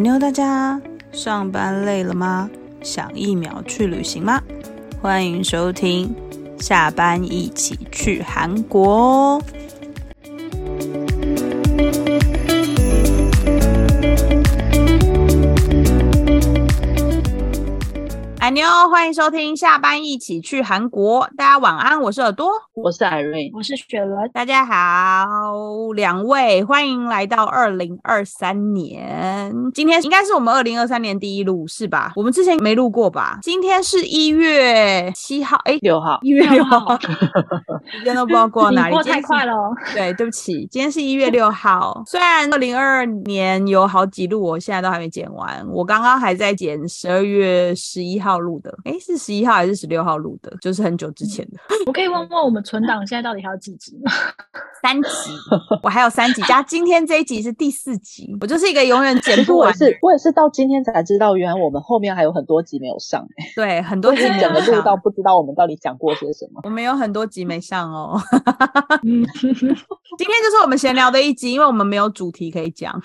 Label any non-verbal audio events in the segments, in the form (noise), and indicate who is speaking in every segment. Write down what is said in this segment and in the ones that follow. Speaker 1: 妞大家，上班累了吗？想一秒去旅行吗？欢迎收听《下班一起去韩国》哦。安妞，欢迎收听《下班一起去韩国》，大家晚安，我是耳朵。
Speaker 2: 我是 Irene，
Speaker 3: 我是
Speaker 1: (laughs)
Speaker 3: 雪伦，
Speaker 1: 大家好，两位，欢迎来到二零二三年。今天应该是我们二零二三年第一录，是吧？我们之前没录过吧？今天是一月七号，哎，
Speaker 2: 六号。
Speaker 1: 一月六
Speaker 3: 六
Speaker 1: 号
Speaker 3: 号，
Speaker 1: 时间都不知道过到
Speaker 3: 你
Speaker 1: 哪里，
Speaker 3: 过
Speaker 1: 今天
Speaker 3: 太
Speaker 1: 是
Speaker 3: 快
Speaker 1: (laughs)
Speaker 3: 了哦，
Speaker 1: 对，对不起，今天是一月六号。虽然二零二二年有好几路，我现在都还没剪完，我刚刚还在剪十二月十一号录的，诶，是十一号还是十六号录的？就是很久之前的、
Speaker 3: 我可以问问我们存档现在到底还有几集吗？
Speaker 1: 三集，我还有三集加今天这一集是第四集，我就是一个永远剪
Speaker 2: 其实
Speaker 1: 不
Speaker 2: 我也
Speaker 1: 完的人。
Speaker 2: 是，我也是到今天才知道，原来我们后面还有很多集没有上，
Speaker 1: 对，很多集
Speaker 3: 对啊
Speaker 1: 没 (laughs)
Speaker 2: 整个
Speaker 1: 有
Speaker 2: 录到
Speaker 1: 上，
Speaker 2: 不知道我们到底讲过些什么。
Speaker 1: 我们有很多集没上哦。 (laughs)
Speaker 3: 嗯，
Speaker 1: 今天就是我们闲聊的一集，因为我们没有主题可以
Speaker 2: 哦
Speaker 1: 讲。
Speaker 3: (laughs)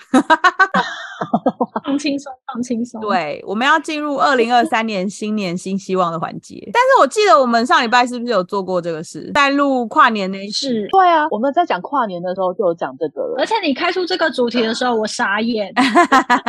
Speaker 3: 放轻松，放轻松。，
Speaker 1: 对，我们要进入二零二三年新年新希望的环节。但是我记得我们上礼拜是不是有做过这个事，在录跨年那一集？
Speaker 3: 是。
Speaker 2: 对啊，我们在讲跨年的时候就有讲这个了
Speaker 3: 而。且你开出这个主题的时候，我
Speaker 1: (laughs)
Speaker 3: 傻眼，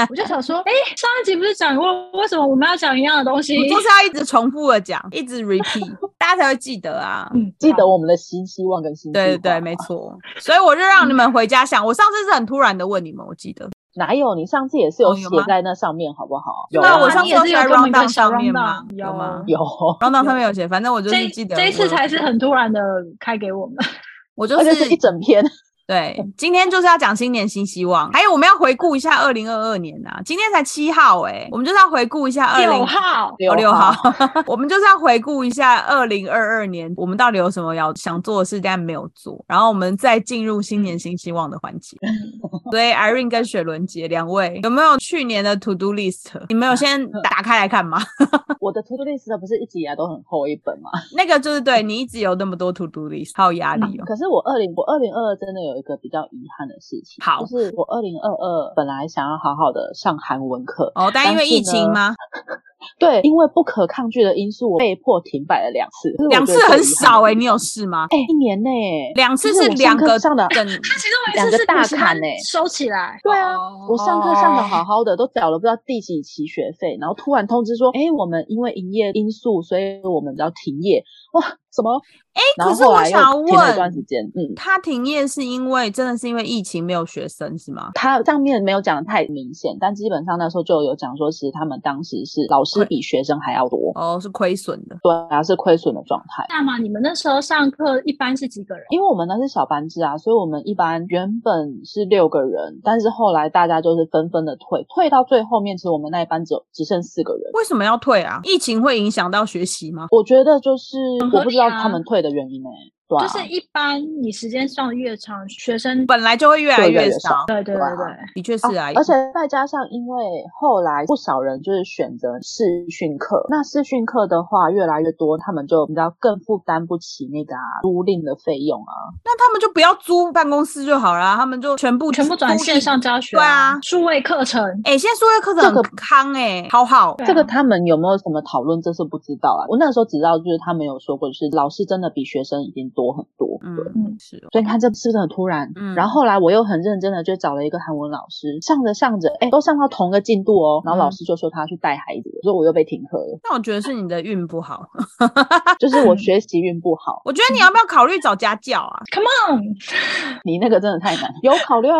Speaker 3: 我就想说，哎、上一集不是讲过，为什么我们要讲一样的东西
Speaker 1: 我？们就是要一直重复的讲，一直 repeat，大家才会记得
Speaker 2: (laughs)
Speaker 1: 啊。
Speaker 3: 嗯，
Speaker 2: 记
Speaker 3: 好
Speaker 2: 得我们的新希望跟新计划
Speaker 1: 对对对，没错。所以我就让你们回家想。我上次是很突然的问你们，我记得。
Speaker 2: 哪有？你上次也是有
Speaker 1: 哦
Speaker 2: 写
Speaker 1: 有吗
Speaker 2: 在那上面，好不好？
Speaker 1: 对
Speaker 2: 有
Speaker 1: 那
Speaker 2: 啊
Speaker 1: 我
Speaker 3: 你
Speaker 1: 上次
Speaker 3: 也
Speaker 1: 有
Speaker 3: 是
Speaker 1: 写
Speaker 3: 有
Speaker 1: 在
Speaker 3: 跟我
Speaker 1: round
Speaker 3: 们一个
Speaker 1: down
Speaker 3: 小
Speaker 1: 上面
Speaker 3: round
Speaker 1: 吗？
Speaker 3: down，
Speaker 1: 有
Speaker 3: 有啊
Speaker 1: 吗？
Speaker 2: 有
Speaker 1: round down 上面有写，反正我就是
Speaker 3: 这
Speaker 1: 记得我。
Speaker 3: 这一次才是很突然的开给我们，
Speaker 1: 我就
Speaker 2: 而且
Speaker 1: 是哦
Speaker 2: 是一整篇。
Speaker 1: 对，今天就是要讲新年新希望，还有我们要回顾一下二零二二年啊，今天才七号哎、我们就是要回顾一下二零
Speaker 3: 六号，
Speaker 1: 哦六
Speaker 2: 六
Speaker 1: 号， (laughs) 我们就是要回顾一下二零二二年，我们到底有什么要想做的事，但没有做，然后我们再进入新年新希望的环节。所以 Irene 跟雪伦姐两位有没有去年的 To Do List？你们有先打开来看吗？
Speaker 2: 我的 to do list 不是一直以来都很厚一本吗？
Speaker 1: 那个就是对你一直有那么多 To Do List，好有压力哦。
Speaker 2: 可是我二零我二零二二真的有一个比较遗憾的事情，
Speaker 1: 好
Speaker 2: 就是我二零二二本来想要好好的上韩文课，
Speaker 1: 哦，但因为疫情吗？
Speaker 2: 对，因为不可抗拒的因素，我被迫停摆了两次，这是我
Speaker 1: 两
Speaker 2: 觉
Speaker 1: 次
Speaker 2: 得最
Speaker 1: 很
Speaker 2: 遗憾
Speaker 1: 少
Speaker 2: 的
Speaker 1: 哎、
Speaker 2: 地
Speaker 1: 你有
Speaker 2: 方
Speaker 1: 事吗？
Speaker 2: 哎、一年内、
Speaker 1: 两次
Speaker 2: 就是我上
Speaker 1: 两
Speaker 2: 课
Speaker 1: 个
Speaker 2: 上的
Speaker 1: 整
Speaker 3: 他其中有
Speaker 2: 两
Speaker 3: 一
Speaker 2: 个
Speaker 3: 次是
Speaker 2: 大
Speaker 3: 补习班
Speaker 2: 砍欸
Speaker 3: 收起
Speaker 2: (laughs)
Speaker 3: 来，
Speaker 2: 对啊，
Speaker 1: 哦
Speaker 2: 我上课上的好好的，都缴了不知道第几期学费，然后突然通知说，哎，我们因为营业因素，所以我们要停业。哇，什么？
Speaker 1: 哎、
Speaker 2: 然
Speaker 1: 可
Speaker 2: 后
Speaker 1: 是
Speaker 2: 后
Speaker 1: 我
Speaker 2: 来又
Speaker 1: 想要
Speaker 2: 停了一段时
Speaker 1: 问，
Speaker 2: 间。嗯，
Speaker 1: 他停业是因为真的是因为疫情没有学生是吗？
Speaker 2: 他上面没有讲的太明显，但基本上那时候就有讲说，其实他们当时是老师比学生还要多，
Speaker 1: 哦，是亏损的。
Speaker 2: 对啊，是亏损的状态。
Speaker 3: 那嘛，你们那时候上课一般是几个人？
Speaker 2: 因为我们那是小班制啊，所以我们一般原本是六个人，但是后来大家就是纷纷的退，退到最后面，其实我们那一班只有只剩四个人。
Speaker 1: 为什么要退啊？疫情会影响到学习吗？
Speaker 2: 我觉得就是
Speaker 3: 合
Speaker 2: 我不
Speaker 3: 理
Speaker 2: 知道
Speaker 3: 啊
Speaker 2: 他们退的原因呢、对、啊，
Speaker 3: 就是一般你时间上的越长，学生
Speaker 1: 本来就会越来
Speaker 2: 对越来越
Speaker 1: 少，
Speaker 3: 对对对
Speaker 2: 对啊
Speaker 3: 对，
Speaker 1: 的确是啊。
Speaker 2: 而且再加上，因为后来不少人就是选择视讯课，那视讯课的话越来越多，他们就你知道更负担不起那个、啊、租赁的费用啊。
Speaker 1: 那他们就不要租办公室就好啦，他们就全部
Speaker 3: 全部转线上。教学、
Speaker 1: 对啊
Speaker 3: 数位课程。
Speaker 1: 哎、现在数学课
Speaker 2: 这
Speaker 1: 程
Speaker 2: 个
Speaker 1: 很康哎、好好。
Speaker 3: 对啊
Speaker 2: 这个他们有没有什么讨论，这是不知道啊。我那时候只知道就是他们有说过，就是老师真的比学生已经多很多。
Speaker 1: 嗯，是哦。
Speaker 2: 所以你看，这是不是很突然？
Speaker 1: 嗯
Speaker 2: 然后后来我又很认真的就找了一个韩文老师，上着上着，哎，都上到同个进度哦。然后老
Speaker 1: 嗯
Speaker 2: 师就说他去带孩子了，所以我又被停课了。
Speaker 1: 那我觉得是你的运不好。 (laughs) 啊
Speaker 2: 就是我学习运不好，
Speaker 1: 我觉得你要不要考虑找家教啊？
Speaker 3: Come on，
Speaker 2: 你那个真的太
Speaker 1: (laughs)
Speaker 2: 难。啊有考虑要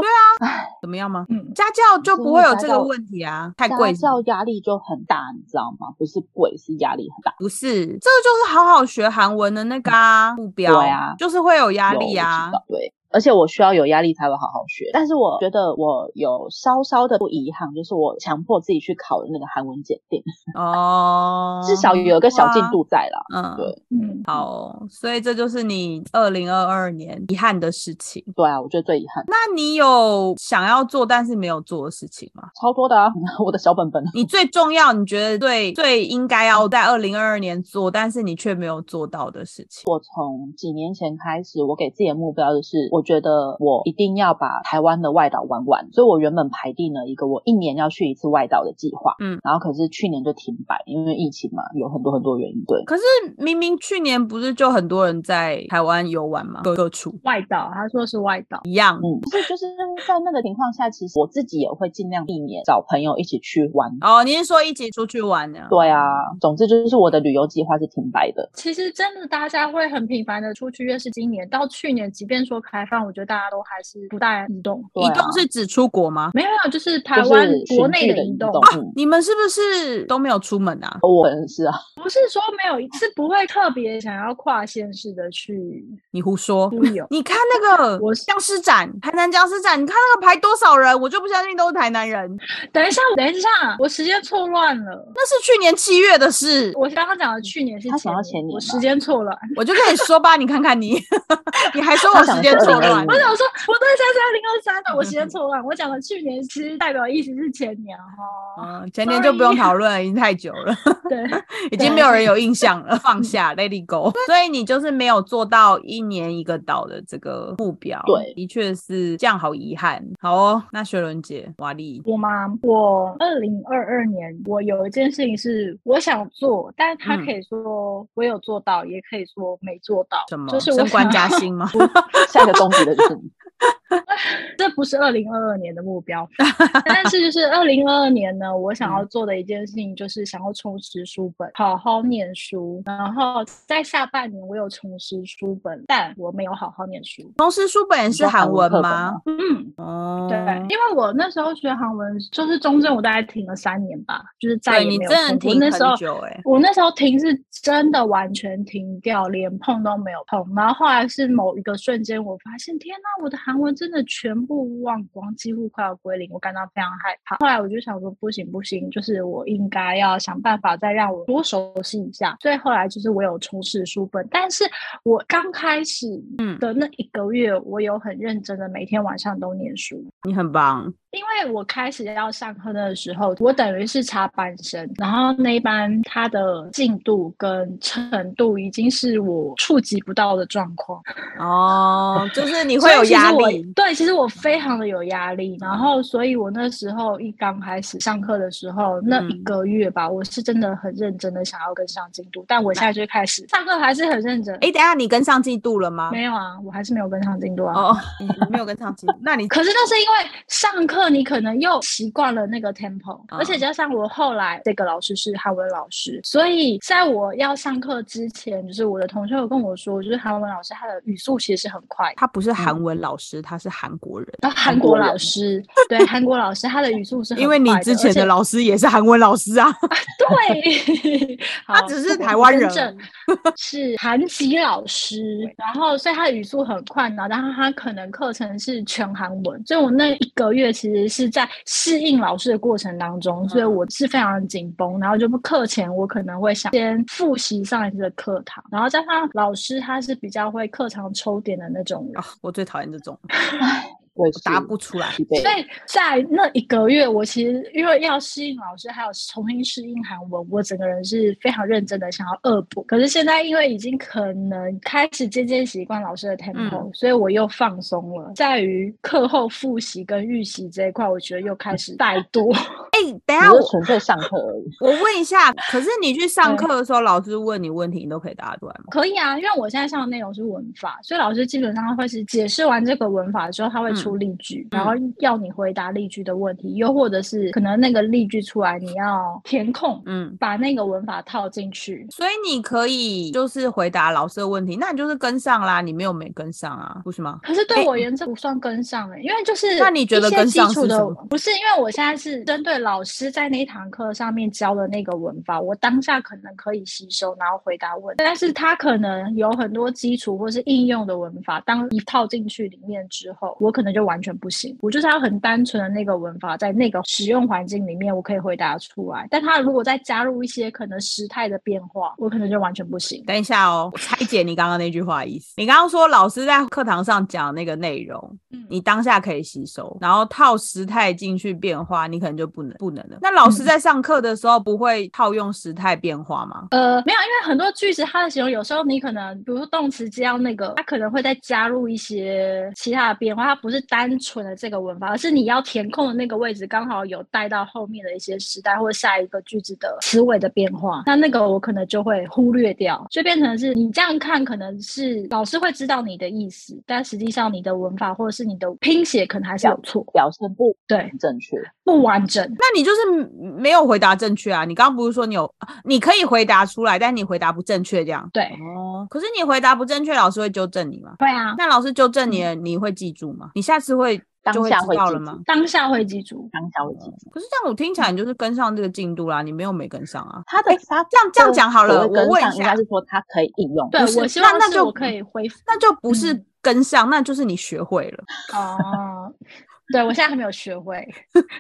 Speaker 1: 怎么样吗？
Speaker 3: 嗯，
Speaker 1: 家教就不会有这
Speaker 2: 家
Speaker 1: 个
Speaker 2: 教
Speaker 1: 问题啊，太
Speaker 2: 家
Speaker 1: 贵是吗。
Speaker 2: 教压力就很大，你知道吗？不是贵，是压力很大。
Speaker 1: 不是，这个就是好好学韩文的那个啊目标，
Speaker 2: 对啊
Speaker 1: 就是会有压力
Speaker 2: 有
Speaker 1: 啊。。
Speaker 2: 我知道对，而且我需要有压力才会好好学。但是我觉得我有稍稍的不遗憾，就是我强迫自己去考的那个韩文检定，
Speaker 1: 哦，
Speaker 2: 至少有一个小进
Speaker 1: 哇，
Speaker 2: 度在啦。
Speaker 1: 嗯，
Speaker 2: 对
Speaker 3: 嗯，
Speaker 1: 好哦，所以这就是你二零二二年遗憾的事情。
Speaker 2: 对啊，我觉得最遗憾
Speaker 1: 那你有想要做但是没有做的事情吗？
Speaker 2: 超多的啊， (laughs) 我的小本本。
Speaker 1: 你最重要，你觉得最最应该要在二零二二年做，但是你却没有做到的事情？
Speaker 2: 我从几年前开始，我给自己的目标就是，我觉得我一定要把台湾的外岛玩完，所以我原本排定了一个我一年要去一次外岛的计划，
Speaker 1: 嗯
Speaker 2: 嗯，然后可是去年就停摆，因为疫情嘛，有很多很多原因，对，
Speaker 1: 可是明明去年不是就很多人在台湾游玩吗？各各处
Speaker 3: 外岛，他说是外岛，
Speaker 1: 一样，
Speaker 2: 嗯，可是就是在那个情况下，其实我自己也会尽量避免找朋友一起去玩。
Speaker 1: 哦，你是说一起出去玩呢、
Speaker 2: 对啊，总之就是我的旅游计划是停摆的。
Speaker 3: 其实真的大家会很频繁的出去，越是今年到去年，即便说开放，我觉得大家都还是不大移动。
Speaker 2: 对
Speaker 1: 移
Speaker 2: 啊
Speaker 1: 动是指出国吗？
Speaker 3: 没有，没有就是台
Speaker 2: 就是
Speaker 3: 湾
Speaker 2: 群
Speaker 3: 国内
Speaker 2: 聚
Speaker 3: 的
Speaker 2: 的
Speaker 3: 移
Speaker 2: 移
Speaker 3: 动，
Speaker 2: 动，嗯，
Speaker 1: 你们是不是都没有出门啊？
Speaker 2: 我可能是啊，
Speaker 3: 不是说没有，是不会特别想要跨县市的去
Speaker 1: 你胡说！。
Speaker 3: 出游
Speaker 1: 你看那个
Speaker 3: 我
Speaker 1: 僵尸展，台南僵尸展，你看那个排多少人，我就不相信都是台南人。
Speaker 3: (laughs) 等一下，等一下，我时间错乱了。
Speaker 1: 那是去年七月的事，
Speaker 3: 我刚刚讲的去年是
Speaker 2: 他
Speaker 3: 前
Speaker 2: 想
Speaker 3: 年，
Speaker 2: 要前年
Speaker 3: 我
Speaker 2: 吧
Speaker 3: 时间错乱。
Speaker 1: 我就跟你说吧，你看看你， (laughs) 你还说我时间错乱
Speaker 2: 他想的是2021。
Speaker 3: 我
Speaker 1: (laughs)
Speaker 3: 想说，我对三三零二三的，我时间错乱。我讲的去年其实代表意思是前年哈。
Speaker 1: 嗯，前年就不用讨论了，已经太久了，
Speaker 3: 对，
Speaker 1: 已经没有人有印象了，放下，let it go。所以你就是没有做到一年一个岛的这个目标，
Speaker 2: 对
Speaker 1: 的确是这样，好遗憾。好哦，那雪伦姐，瓦力，
Speaker 3: 我吗？我二零二二年，我有一件事情是我想做，但是他
Speaker 1: 嗯
Speaker 3: 可以说我有做到，也可以说没做到。
Speaker 1: 什么
Speaker 3: 就是我
Speaker 1: 升官
Speaker 3: 想
Speaker 1: 加
Speaker 3: 要
Speaker 1: 薪吗？
Speaker 2: 下一个终极的就是你。
Speaker 3: 这不是二零二二年的
Speaker 1: (laughs)
Speaker 3: 目标， (laughs) 但是就是二零二二年呢，我想要
Speaker 1: 嗯
Speaker 3: 做的一件事情就是想要充实书本，好好念书。然后在下半年我有重拾书本，但我没有好好念书。
Speaker 1: 公司书本
Speaker 2: 你
Speaker 1: 是
Speaker 2: 说
Speaker 1: 韩
Speaker 2: 韩文
Speaker 1: 文
Speaker 2: 课本
Speaker 1: 吗
Speaker 2: 吗？
Speaker 3: 嗯，
Speaker 1: 哦，
Speaker 3: 对，因为我那时候学韩文，就是中间我大概停了三年吧，就是再
Speaker 1: 对
Speaker 3: 也
Speaker 1: 你
Speaker 3: 没有
Speaker 1: 真的
Speaker 3: 碰过
Speaker 1: 停
Speaker 3: 那时候
Speaker 1: 很久哎、
Speaker 3: 我那时候停是真的完全停掉，连碰都没有碰。然后后来是某一个瞬间，我发现天呐，我的韩文真的全部忘光，几乎快要归零，我感到非常害怕。后来我就想说，不行不行，就是我应该要想办法再让我多熟悉一下。所以后来就是我有重试书本，但是我刚开始
Speaker 1: 嗯
Speaker 3: 的那一个月，我有很认真的每天晚上都念书。
Speaker 1: 你很棒，
Speaker 3: 因为我开始要上课的时候，我等于是插班生，然后那一班他的进度跟程度已经是我触及不到的状况，
Speaker 1: 哦，就是你
Speaker 3: (laughs) 你
Speaker 1: 会有压力，
Speaker 3: 对，其实我非常的有压力，然后所以我那时候一刚开始上课的时候，那一
Speaker 1: 嗯
Speaker 3: 个月吧，我是真的很认真的想要跟上进度，但我现在就开始上课还是很认真。
Speaker 1: 哎、等一下你跟上季度了吗？
Speaker 3: 没有啊，我还是没有跟上进度啊。
Speaker 1: 哦，你你没有跟上季度，那你
Speaker 3: 可是那是因为上课你可能又习惯了那个 tempo，、
Speaker 1: 嗯
Speaker 3: 而且加上我后来这个老师是韩文老师，所以在我要上课之前，就是我的同学有跟我说，就是韩文老师他的语速其实是很快的。
Speaker 1: 他不是韩文老师，他是韩国人，
Speaker 3: 然后韩
Speaker 2: 韩
Speaker 3: 国
Speaker 2: 国人
Speaker 3: 老师，对韩国老师，他的语速是很
Speaker 1: 因为你
Speaker 3: 快
Speaker 1: 之前
Speaker 3: 而且
Speaker 1: 的老师也是韩文老师
Speaker 3: (laughs)
Speaker 1: 啊， (laughs)
Speaker 3: 对，
Speaker 1: 他
Speaker 3: 好
Speaker 1: 只
Speaker 3: 不
Speaker 1: 是
Speaker 3: 管
Speaker 1: 台湾
Speaker 3: 真
Speaker 1: 人
Speaker 3: 正
Speaker 1: (laughs)
Speaker 3: 是韩籍老师，然后所以他的语速很快，然后但他可能课程是全韩文，所以我那一个月其实是在适应老师的过程当中，
Speaker 1: 嗯
Speaker 3: 所以我是非常紧绷，然后就课前我可能会想先复习上一次的课堂，然后加上老师他是比较会课堂抽点的那种人
Speaker 1: 啊，我最讨厌这种，
Speaker 2: 我
Speaker 1: 我
Speaker 2: 也是
Speaker 1: 答不出来。
Speaker 2: 疲惫
Speaker 3: 所以在那一个月，我其实因为要适应老师，还有重新适应韩文，我整个人是非常认真的想要恶补。可是现在因为已经可能开始渐渐习惯老师的 tempo，、所以我又放松了。在于课后复习跟预习这一块，我觉得又开始怠惰。 (laughs)
Speaker 1: 哎、等一下
Speaker 2: 只是
Speaker 1: 我
Speaker 2: 纯粹上课而已。
Speaker 1: 我问一下，可是你去上
Speaker 3: 对
Speaker 1: 课的时候，老师问你问题，你都可以答得出来吗？
Speaker 3: 可以啊，因为我现在上的内容是文法，所以老师基本上会是解释完这个文法之后，他会出例句，然后要你回答例句的问题，又或者是可能那个例句出来，你要填空。
Speaker 1: 嗯。
Speaker 3: 把那个文法套进去，
Speaker 1: 所以你可以就是回答老师的问题，那你就是跟上啦，你没有没跟上啊，不是吗？
Speaker 3: 可是对
Speaker 1: 诶
Speaker 3: 我而言这不算跟上哎、因为就是
Speaker 1: 那你觉
Speaker 3: 一
Speaker 1: 得
Speaker 3: 些
Speaker 1: 跟
Speaker 3: 基
Speaker 1: 上
Speaker 3: 础
Speaker 1: 是
Speaker 3: 的
Speaker 1: 什么
Speaker 3: 不是因为我现在是针对老师在那一堂课上面教的那个文法，我当下可能可以吸收，然后回答问题，但是他可能有很多基础或是应用的文法，当一套进去里面之后，我可能就完全不行。我就是要很单纯的那个文法，在那个使用环境里面，我可以回答出来。但它如果再加入一些可能时态的变化，我可能就完全不行。
Speaker 1: 等一下哦，我拆解你刚刚那句话的意思。你刚刚说老师在课堂上讲那个内容，
Speaker 3: 嗯
Speaker 1: 你当下可以吸收，然后套时态进去变化，你可能就不能不能了。那老师
Speaker 3: 嗯
Speaker 1: 在上课的时候不会套用时态变化吗？
Speaker 3: 呃，没有，因为很多句子它的形容，有时候你可能，比如说动词接到那个，它可能会再加入一些其他的变化，它不是单纯的这个文法，而是你要填空的那个位置刚好有带到后面的一些时代或者下一个句子的词尾的变化，那那个我可能就会忽略掉，就变成是你这样看，可能是老师会知道你的意思，但实际上你的文法或者是你的拼写可能还是有错，
Speaker 2: 表现不
Speaker 3: 对，
Speaker 2: 正确。
Speaker 3: 不完整。
Speaker 1: 那你就是没有回答正确啊！你刚刚不是说你有，你可以回答出来，但你回答不正确这样。
Speaker 3: 对，
Speaker 1: 哦，可是你回答不正确，老师会纠正你吗？
Speaker 3: 会啊，
Speaker 1: 那老师纠正你了，你会记住吗？你下次会
Speaker 2: 嗯当
Speaker 1: 就会
Speaker 2: 下
Speaker 1: 知
Speaker 2: 会
Speaker 1: 道
Speaker 2: 记
Speaker 1: 了
Speaker 2: 住
Speaker 1: 吗？
Speaker 3: 当下会记住。
Speaker 2: 当下会记住嗯
Speaker 1: 可是这样我听起来你就是跟上这个进度啦，你没有没跟上啊。
Speaker 2: 他的他
Speaker 1: 这样这样讲好
Speaker 2: 所
Speaker 1: 了，
Speaker 2: 谓
Speaker 1: 我
Speaker 2: 跟
Speaker 1: 问
Speaker 2: 上
Speaker 1: 一
Speaker 2: 应
Speaker 1: 下
Speaker 2: 该，是说他可以应用，
Speaker 3: 对
Speaker 1: 不，是
Speaker 3: 我希
Speaker 1: 那
Speaker 3: 望
Speaker 1: 那
Speaker 3: 是
Speaker 1: 就
Speaker 3: 我可以恢复。
Speaker 1: 那就不是
Speaker 3: 嗯
Speaker 1: 跟上，那就是你学会了。
Speaker 3: 哦，对我现在还没有学会，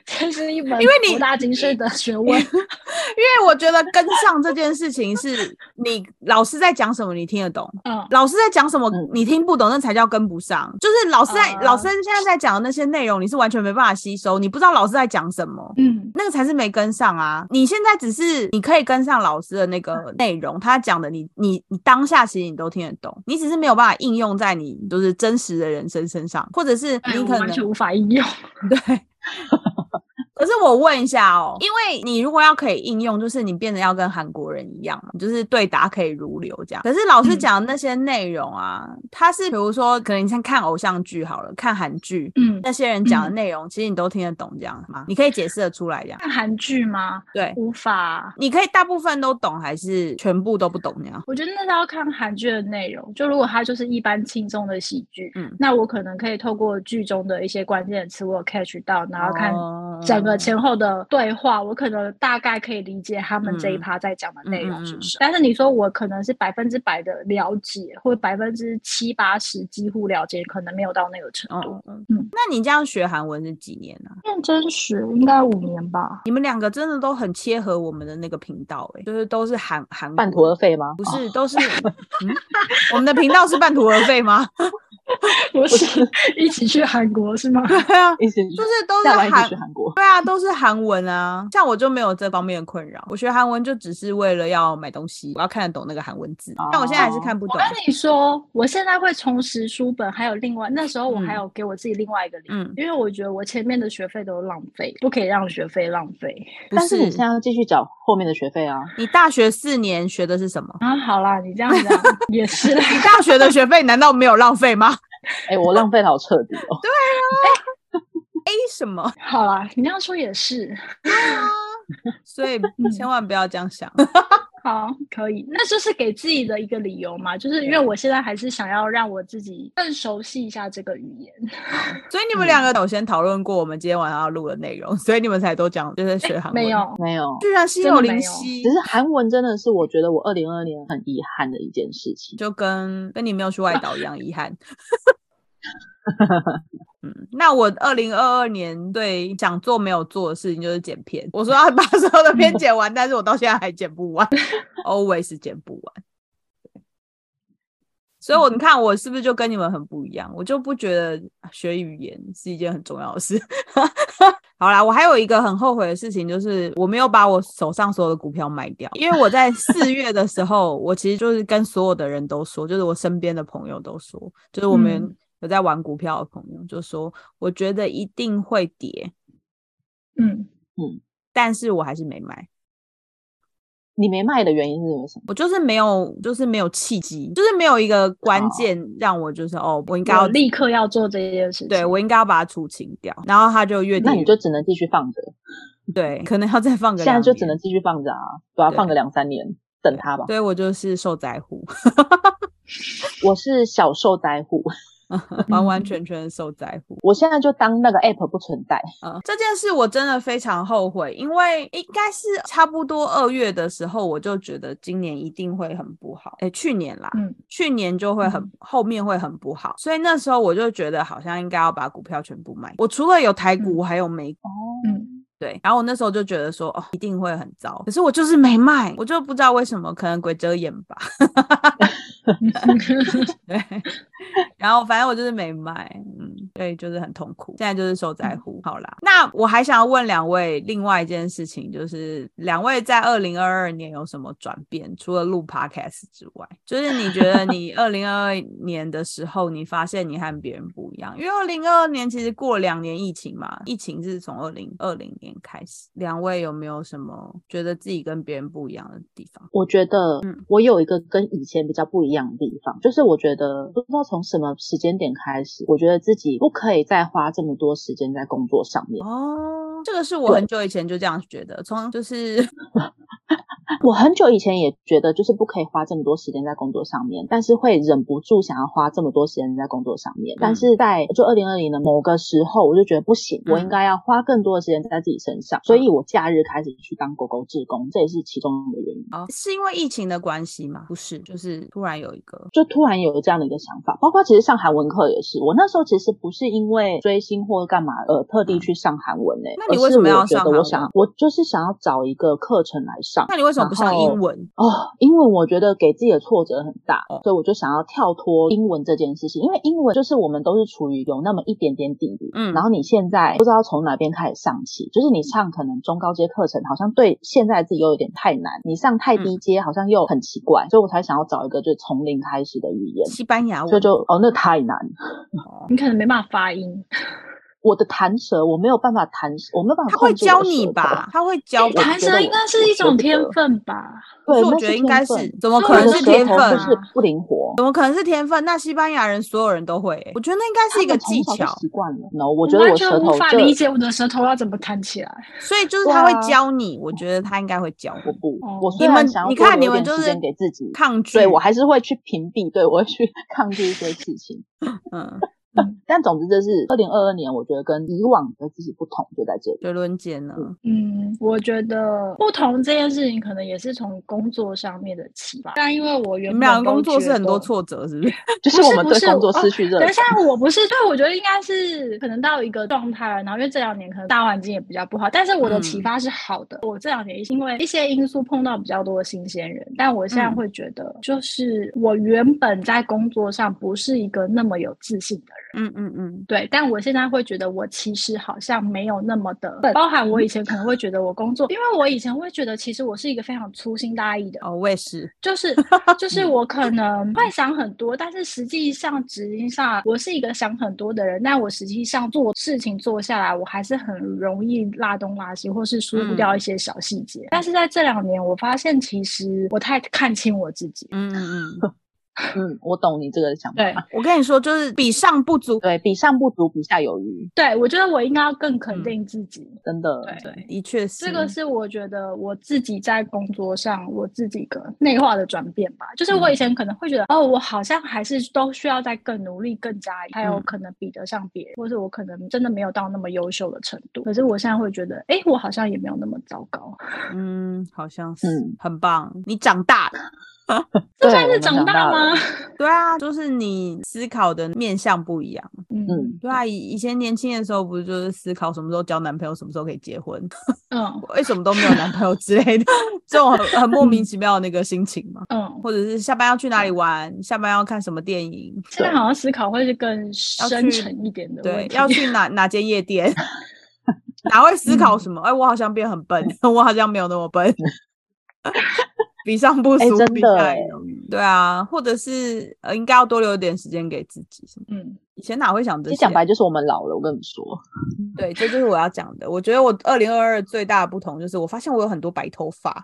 Speaker 3: 这是一门
Speaker 1: 因为你
Speaker 3: 博大精深的学问。
Speaker 1: 因为我觉得跟上这件事情是你老师在讲什么你听得懂，
Speaker 3: 嗯，
Speaker 1: 老师在讲什么
Speaker 2: 嗯
Speaker 1: 你听不懂，那才叫跟不上。就是老师在、
Speaker 3: 啊
Speaker 1: 老师现在在讲的那些内容，你是完全没办法吸收，你不知道老师在讲什么。
Speaker 3: 嗯，
Speaker 1: 那个才是没跟上啊！你现在只是你可以跟上老师的那个
Speaker 3: 嗯
Speaker 1: 内容，他讲的你你你当下其实你都听得懂，你只是没有办法应用在你就是真实的人生身上，或者是
Speaker 3: 哎
Speaker 1: 你
Speaker 3: 我
Speaker 1: 可
Speaker 3: 完
Speaker 1: 能
Speaker 3: 全无法应用。
Speaker 1: 对。可是我问一下哦，因为你如果要可以应用，就是你变得要跟韩国人一样嘛，就是对答可以如流这样。可是老师
Speaker 3: 嗯
Speaker 1: 讲的那些内容啊，他是比如说，可能你像看偶像剧好了，看韩剧。
Speaker 3: 嗯，
Speaker 1: 那些人讲的内容，其实你都听得懂，这样吗？你可以解释得出来，这样
Speaker 3: 看韩剧吗？
Speaker 1: 对。
Speaker 3: 无法。
Speaker 1: 你可以大部分都懂，还是全部都不懂那样？
Speaker 3: 我觉得那是要看韩剧的内容。就如果它就是一般轻松的喜剧，
Speaker 1: 嗯
Speaker 3: 那我可能可以透过剧中的一些关键词，我有 catch 到，然后看
Speaker 1: 哦
Speaker 3: 整个前后的对话，我可能大概可以理解他们这一
Speaker 1: 嗯
Speaker 3: 趴在讲的内容
Speaker 1: 嗯嗯
Speaker 3: 是
Speaker 1: 嗯
Speaker 3: 什么。但是你说我可能是百分之百的了解，或者百分之七八十几乎了解，可能没有到那个程度。
Speaker 1: 哦，嗯那你这样学韩文是几年呢、啊？
Speaker 3: 认真学应该五年
Speaker 1: (laughs)
Speaker 3: 吧。
Speaker 1: 你们两个真的都很切合我们的那个频道、欸，就是都是韩韩
Speaker 2: 半途
Speaker 1: 国
Speaker 2: 而废哦吗？
Speaker 1: 不是，都
Speaker 2: (laughs)
Speaker 1: 是、嗯、我们的频道是半途而废吗？ (laughs)
Speaker 3: 我是 (laughs) 一起去韩国是吗？ (laughs)
Speaker 1: 对啊，
Speaker 2: 一起
Speaker 1: 就是都是
Speaker 2: 下班一起
Speaker 1: 韩
Speaker 2: 去，韩国，
Speaker 1: 对啊，都是韩文啊。像我就没有这方面的困扰，我学韩文就只是为了要买东西，我要看得懂那个韩文字，但我现在还是
Speaker 2: 哦
Speaker 1: 看不
Speaker 3: 我
Speaker 1: 懂。
Speaker 3: 跟你说，我现在会重拾书本，还有另外那时候我还
Speaker 1: 嗯
Speaker 3: 有给我自己另外一个理由，
Speaker 1: 嗯
Speaker 3: 因为我觉得我前面的学费都浪费，不可以让学费浪费
Speaker 1: 不
Speaker 2: 但是你
Speaker 1: 是
Speaker 2: 现在要继续缴后面的学费啊。
Speaker 1: 你大学四年学的是什么？
Speaker 3: 啊。好啦，你这样讲
Speaker 1: (laughs)
Speaker 3: 也是啦。
Speaker 1: 你大学的学费难道没有浪费吗？ (laughs)
Speaker 2: 哎，我浪费的好彻底哦。
Speaker 1: 为什么？ (laughs)
Speaker 3: 好啦，你这样说也是。
Speaker 1: 所以嗯千万不要这样想。
Speaker 3: 好，可以，那就是给自己的一个理由嘛，就是因为
Speaker 1: 对
Speaker 3: 我现在还是想要让我自己更熟悉一下这个语言。
Speaker 1: 所以你们两
Speaker 3: 嗯
Speaker 1: 个有先讨论过我们今天晚上要录的内容，所以你们才都讲就是学韩文。
Speaker 3: 哎 (laughs) 没，有，
Speaker 2: 没有，
Speaker 1: 居然心
Speaker 3: 真
Speaker 1: 有
Speaker 3: 的没
Speaker 1: 灵
Speaker 3: 有
Speaker 1: 犀
Speaker 2: 只。是韩文真的是我觉得我二零二年很遗憾的一件事情。
Speaker 1: 就跟跟你没有去外岛一样遗
Speaker 3: (laughs)
Speaker 1: 憾。嗯，那我二零二二年对想做没有做的事情就是剪片。我说要把所有的片
Speaker 3: 嗯
Speaker 1: 剪完，但是我到现在还剪不
Speaker 3: (laughs)
Speaker 1: 完，always 剪不完。所以我你看我是不是就跟你们很不一样？我就不觉得啊学语言是一件很重要的事。 (laughs) 好啦，我还有一个很后悔的事情，就是我没有把我手上所有的股票卖掉，因为我在四月的时候，我其实就是跟所有的人都说，就是我身边的朋友都说，就是我们
Speaker 3: 嗯
Speaker 1: 有在玩股票的朋友就说，我觉得一定会跌，
Speaker 3: 嗯，
Speaker 1: 但是我还是没买，
Speaker 2: 你没卖的原因是因为什么？
Speaker 1: 我就是没有，就是没有契机，就是没有一个关
Speaker 2: 哦
Speaker 1: 键让我就是哦，我应该
Speaker 3: 我
Speaker 1: 要
Speaker 3: 立刻要做这件事情。
Speaker 1: 对我应该要把它出清掉，然后它就越
Speaker 2: 那
Speaker 1: 跌
Speaker 2: 你
Speaker 1: 越
Speaker 2: 就只能继续放着，
Speaker 1: 对，可能要再放个
Speaker 2: 现在
Speaker 1: 两
Speaker 2: 就只
Speaker 1: 年
Speaker 2: 能继续放着啊，不要
Speaker 1: 对
Speaker 2: 放个两三年，等它吧。
Speaker 1: 对我就是受灾户。
Speaker 2: 我是小受灾户，
Speaker 1: (laughs) 完完全全受在乎。
Speaker 2: 我现在就当那个 app 不存在。
Speaker 1: 嗯，这件事我真的非常后悔，因为应该是差不多二月的时候，我就觉得今年一定会很不好。哎，去年啦，
Speaker 3: 嗯，
Speaker 1: 去年就会很、
Speaker 3: 嗯
Speaker 1: 后面会很不好，所以那时候我就觉得好像应该要把股票全部卖。我除了有台股，
Speaker 3: 嗯
Speaker 1: 我还有美股。
Speaker 2: 哦，
Speaker 3: 嗯
Speaker 1: 对，然后我那时候就觉得说，哦，一定会很糟，可是我就是没卖，我就不知道为什么，可能鬼遮眼吧。对，然后反正我就是没卖，嗯，对，就是很痛苦，现在就是受灾户。好啦，那我还想要问两位另外一件事情，就是两位在二零二二年有什么转变？除了录 podcast 之外，就是你觉得你二零二二年的时候，你发现你和别人不一样，因为二零二二年其实过了两年疫情嘛，疫情是从二零二零年开始。两位有没有什么觉得自己跟别人不一样的地方？
Speaker 2: 我觉得
Speaker 1: 嗯
Speaker 2: 我有一个跟以前比较不一样的地方，就是我觉得不知道从什么时间点开始，我觉得自己不可以再花这么多时间在工作上面。
Speaker 1: 哦，这个是我很久以前就这样觉得，从就是
Speaker 2: 我很久以前也觉得就是不可以花这么多时间在工作上面，但是会忍不住想要花这么多时间在工作上面。但是在就二零二零的某个时候，我就觉得不行，
Speaker 1: 嗯
Speaker 2: 我应该要花更多的时间在自己身上，所以我假日开始去当狗狗志工，这也是其中一个原因。
Speaker 1: 哦，是因为疫情的关系吗？不是，就是突然有一个
Speaker 2: 就突然有这样的一个想法，包括其实上韩文课也是，我那时候其实不是因为追星或干嘛呃特地去上韩文诶、
Speaker 1: 那你
Speaker 2: 而
Speaker 1: 为
Speaker 2: 是
Speaker 1: 什么要
Speaker 2: 我觉
Speaker 1: 上
Speaker 2: 得
Speaker 1: 韩
Speaker 2: 我
Speaker 1: 文
Speaker 2: 想我就是想要找一个课程来上
Speaker 1: 那你为什么不上
Speaker 2: 然后
Speaker 1: 英文？
Speaker 2: 哦，英文我觉得给自己的挫折很大，
Speaker 1: 哦
Speaker 2: 所以我就想要跳脱英文这件事情，因为英文就是我们都是处于有那么一点点底子，
Speaker 1: 嗯
Speaker 2: 然后你现在不知道从哪边开始上起，就是你上可能中高阶课程，好像对现在自己又有点太难，你上
Speaker 1: 嗯
Speaker 2: 太低阶好像又很奇怪，所以我才想要找一个就是从零开始的语言。
Speaker 1: 西班牙
Speaker 2: 所以
Speaker 1: 文
Speaker 2: 就哦，那太难。
Speaker 1: 哦，
Speaker 3: 你可能没办法发音，
Speaker 2: 我的弹舌我没有办法弹，我没有办法。
Speaker 1: 他会教你吧？？他会教吧？
Speaker 3: 弹
Speaker 2: 觉得
Speaker 3: 舌
Speaker 2: 我
Speaker 3: 应该是一
Speaker 2: 我
Speaker 3: 种
Speaker 2: 觉
Speaker 3: 天
Speaker 2: 得
Speaker 3: 分吧？
Speaker 1: 可
Speaker 2: 对，
Speaker 1: 是我
Speaker 2: 那
Speaker 1: 觉得应该
Speaker 2: 天
Speaker 1: 是
Speaker 2: 分，
Speaker 1: 怎么
Speaker 3: 所
Speaker 1: 可
Speaker 3: 以
Speaker 2: 我
Speaker 1: 能
Speaker 2: 的
Speaker 1: 是
Speaker 2: 舌
Speaker 1: 天
Speaker 2: 头
Speaker 1: 分
Speaker 2: 就
Speaker 1: 啊？
Speaker 2: 是不灵活。
Speaker 1: 怎么可能是天分？那西班牙人所有人都会欸、我觉得那应该是一个
Speaker 2: 他们
Speaker 1: 技
Speaker 2: 从小就
Speaker 1: 巧，
Speaker 2: 习惯了。no，我觉得
Speaker 3: 完
Speaker 2: 我
Speaker 3: 全
Speaker 2: 舌
Speaker 3: 无
Speaker 2: 头
Speaker 3: 法
Speaker 2: 就
Speaker 3: 理解我的舌头要怎么弹起来。
Speaker 1: 所以就是
Speaker 2: 对
Speaker 1: 他会
Speaker 2: 啊
Speaker 1: 教你，我觉得他应该会教
Speaker 2: 我
Speaker 1: 你。
Speaker 2: 不
Speaker 3: 哦，
Speaker 2: 我
Speaker 1: 你
Speaker 2: 虽
Speaker 1: 们
Speaker 2: 然想要
Speaker 1: 你
Speaker 2: 多
Speaker 1: 看你
Speaker 2: 留一
Speaker 1: 们
Speaker 2: 点
Speaker 1: 就
Speaker 2: 时
Speaker 1: 是
Speaker 2: 间给自己，
Speaker 1: 抗拒，
Speaker 2: 对我还是会去屏蔽，对我会去 (laughs) 抗拒一些事情。
Speaker 1: 嗯，
Speaker 3: 嗯 (laughs)
Speaker 2: 但总之，这是二零二二年，我觉得跟以往的自己不同，就在这里。
Speaker 1: 学伦姐呢？
Speaker 3: 嗯，我觉得不同这件事情可能也是从工作上面的启发，但因为我
Speaker 1: 你
Speaker 3: 原
Speaker 1: 们
Speaker 3: 本
Speaker 1: 俩
Speaker 3: 都
Speaker 1: 啊工作
Speaker 3: 觉
Speaker 1: 是很多
Speaker 3: 得
Speaker 1: 挫折，是不是？ (laughs)
Speaker 2: 就是
Speaker 3: 不
Speaker 2: 我
Speaker 3: 是
Speaker 2: 们
Speaker 3: 不
Speaker 2: 对
Speaker 3: 是
Speaker 2: 工作
Speaker 3: 哦
Speaker 2: 失去热
Speaker 3: 等一
Speaker 2: 忱
Speaker 3: 下，，我不是，对，我觉得应该是可能到一个状态了，然后因为这两年可能大环境也比较不好，但是我的启
Speaker 1: 嗯
Speaker 3: 发是好的。我这两年因为一些因素碰到比较多的新鲜人，但我现在
Speaker 1: 嗯
Speaker 3: 会觉得，就是我原本在工作上不是一个那么有自信的人。
Speaker 1: 嗯嗯嗯，
Speaker 3: 对，但我现在会觉得我其实好像没有那么的笨，包含我以前可能会觉得我工作，因为我以前会觉得其实我是一个非常粗心大意的，
Speaker 1: 哦，我也是， (laughs)
Speaker 3: 就是就是我可能
Speaker 1: 嗯
Speaker 3: 会想很多，但是实际上执行上我是一个想很多的人，但我实际上做事情做下来，我还是很容易拉东拉西，或是疏忽
Speaker 1: 嗯
Speaker 3: 掉一些小细节。但是在这两年，我发现其实我太看清我自己，
Speaker 1: 嗯嗯
Speaker 2: (laughs)
Speaker 1: 嗯，
Speaker 2: 嗯，我懂你这个想法。
Speaker 1: (laughs)
Speaker 3: 对。
Speaker 1: 我跟你说，就是比上不足，
Speaker 2: 对比上不足，比下有余，
Speaker 3: 对，我觉得我应该要更肯
Speaker 1: 嗯
Speaker 3: 定自己。
Speaker 2: 真的。
Speaker 3: 对
Speaker 1: 对，的确是
Speaker 3: 这个是我觉得我自己在工作上我自己一个内化的转变吧，就是我以前可能会觉得，哦，我好像还是都需要再更努力、更加力，才有
Speaker 1: 嗯
Speaker 3: 可能比得上别人，或者我可能真的没有到那么优秀的程度。可是我现在会觉得，哎，我好像也没有那么糟糕，
Speaker 1: 嗯，好像是、
Speaker 2: 嗯
Speaker 1: 很棒，你长大了。
Speaker 3: 这
Speaker 2: 对
Speaker 3: 算
Speaker 2: 我
Speaker 3: 是
Speaker 2: 们
Speaker 3: 长
Speaker 2: 长
Speaker 3: 大
Speaker 2: 大了
Speaker 3: 吗？ (laughs)
Speaker 1: 对啊，就是你思考的面向不一样。
Speaker 3: 嗯
Speaker 2: 嗯
Speaker 1: 对啊，以以前年轻的时候不是就是思考什么时候交男朋友，什么时候可以结婚， (laughs)
Speaker 3: 嗯
Speaker 1: 为什么都没有男朋友之类的， (laughs) 这种很很莫名其妙的那个心情嘛。
Speaker 3: 嗯，
Speaker 1: 或者是下班要去哪里玩，下班要看什么电影，
Speaker 3: 现在
Speaker 2: 对
Speaker 3: 好像思考会是更深
Speaker 1: 去
Speaker 3: 沉一点的问
Speaker 1: 对，
Speaker 3: 题。
Speaker 1: 要去哪哪间夜
Speaker 2: (laughs)
Speaker 1: 店，哪会思
Speaker 2: 嗯
Speaker 1: 考什么？哎、我好像变很笨， (laughs) 我好像没有那么
Speaker 2: (laughs)
Speaker 1: 笨。比上不
Speaker 2: 哎
Speaker 1: 足，
Speaker 2: 真
Speaker 1: 比
Speaker 2: 的
Speaker 1: 下
Speaker 2: 哎
Speaker 1: 有余。对啊，或者是呃，应该要多留一点时间给自己什么。
Speaker 3: 嗯
Speaker 1: 以前哪会想这
Speaker 2: 其实
Speaker 1: 些啊、
Speaker 2: 讲白就是我们老了，我跟你说，
Speaker 1: 对，这就是我要讲的。我觉得我二零二二最大的不同就是，我发现我有很多白头发。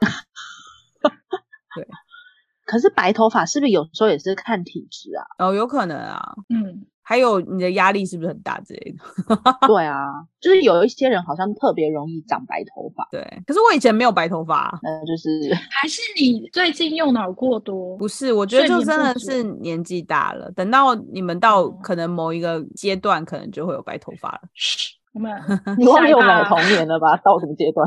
Speaker 2: 可是白头发是不是有时候也是看体质啊？ (laughs)
Speaker 1: 哦，有可能啊，
Speaker 3: 嗯，
Speaker 1: 还有你的压力是不是很大之类的？
Speaker 2: 对啊，就是有一些人好像特别容易长白头发，
Speaker 1: 对，可是我以前没有白头发啊、
Speaker 2: 那就是
Speaker 3: 还是你最近用脑过多？
Speaker 1: 不是，我觉得
Speaker 3: 睡
Speaker 1: 就
Speaker 3: 眠
Speaker 1: 真
Speaker 3: 不
Speaker 1: 的
Speaker 3: 足
Speaker 1: 是年纪大了，等到你们到
Speaker 3: 嗯
Speaker 1: 可能某一个阶段，可能就会有白头发了。
Speaker 3: 嘘，我们
Speaker 2: 你忘
Speaker 3: 下
Speaker 2: 记
Speaker 3: 一
Speaker 2: 我们两
Speaker 3: 趴
Speaker 2: 个童年了吧？到什么
Speaker 1: (laughs)
Speaker 2: 阶段？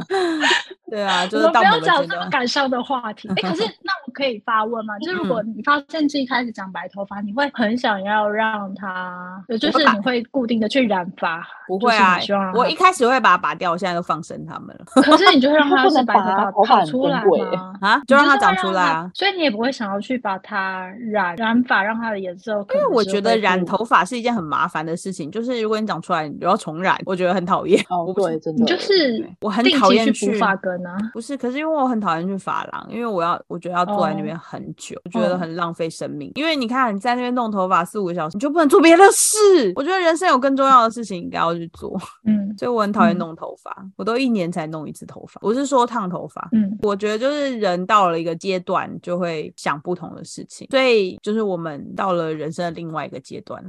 Speaker 1: 对
Speaker 3: (laughs)
Speaker 1: 啊，就
Speaker 3: 我
Speaker 1: 是
Speaker 3: 们
Speaker 1: 到
Speaker 3: 不
Speaker 1: 某个
Speaker 3: 要
Speaker 1: 阶
Speaker 3: 讲这么
Speaker 1: 段，嗯
Speaker 3: 感伤的话题。哎、可是那我可以发问吗？就是如果你发现自己开始长白头发，你会很想要让它，呃就
Speaker 1: 我
Speaker 3: 是
Speaker 1: 把
Speaker 3: 你会固定的去染
Speaker 1: (laughs)
Speaker 3: 发，
Speaker 1: 不
Speaker 3: 就
Speaker 1: 会
Speaker 3: 是
Speaker 1: 啊
Speaker 3: 你希望，
Speaker 1: 我
Speaker 3: 它
Speaker 1: 一开始会把它拔掉，我现在都放生它们了
Speaker 3: 可是你就会让它
Speaker 2: 不
Speaker 3: 是
Speaker 2: 能
Speaker 3: 白
Speaker 2: 拔
Speaker 3: 头
Speaker 2: 头
Speaker 3: 发
Speaker 2: 发
Speaker 3: 跑
Speaker 2: 很
Speaker 3: 出
Speaker 2: 珍
Speaker 3: 来
Speaker 2: 贵
Speaker 3: 吗？
Speaker 1: 啊，
Speaker 3: 你
Speaker 1: (laughs) 就让
Speaker 3: 是
Speaker 1: 它
Speaker 3: 会
Speaker 1: 长出
Speaker 3: 让
Speaker 1: 来
Speaker 3: 它
Speaker 1: 啊。
Speaker 3: 所以你也不会想要去把它染染发，让它的颜色可
Speaker 1: 因
Speaker 3: 能
Speaker 1: 为
Speaker 3: 是恢复。
Speaker 1: 我觉得染头发是一件很麻烦的事情，就是如果你长出来，你要重染，我觉得很讨厌。
Speaker 2: 哦
Speaker 1: 我，不
Speaker 2: 对，
Speaker 1: 是，
Speaker 2: 真
Speaker 3: 你
Speaker 2: 的，
Speaker 3: 就是
Speaker 1: 我很
Speaker 3: 定
Speaker 1: 讨
Speaker 3: 期
Speaker 1: 厌
Speaker 3: 去补
Speaker 1: 去
Speaker 3: 发根啊。
Speaker 1: 不是，可是因为我很讨厌去发廊，因为我要我觉得要坐
Speaker 3: 哦
Speaker 1: 在那边很久，我觉得
Speaker 3: 嗯
Speaker 1: 很浪费生命。因为你看你在那边弄头发四五个小时，你就不能做别的事。我觉得人生有更重要的事情应该要去做， (laughs)
Speaker 3: 嗯
Speaker 1: 所以我很讨厌
Speaker 3: 嗯
Speaker 1: 弄头发，我都一年才弄一次头发。我是说烫头发，
Speaker 3: 嗯，
Speaker 1: 我觉得就是人到了一个阶段，就会想不同的事情，所以就是我们到了人生的另外一个阶段。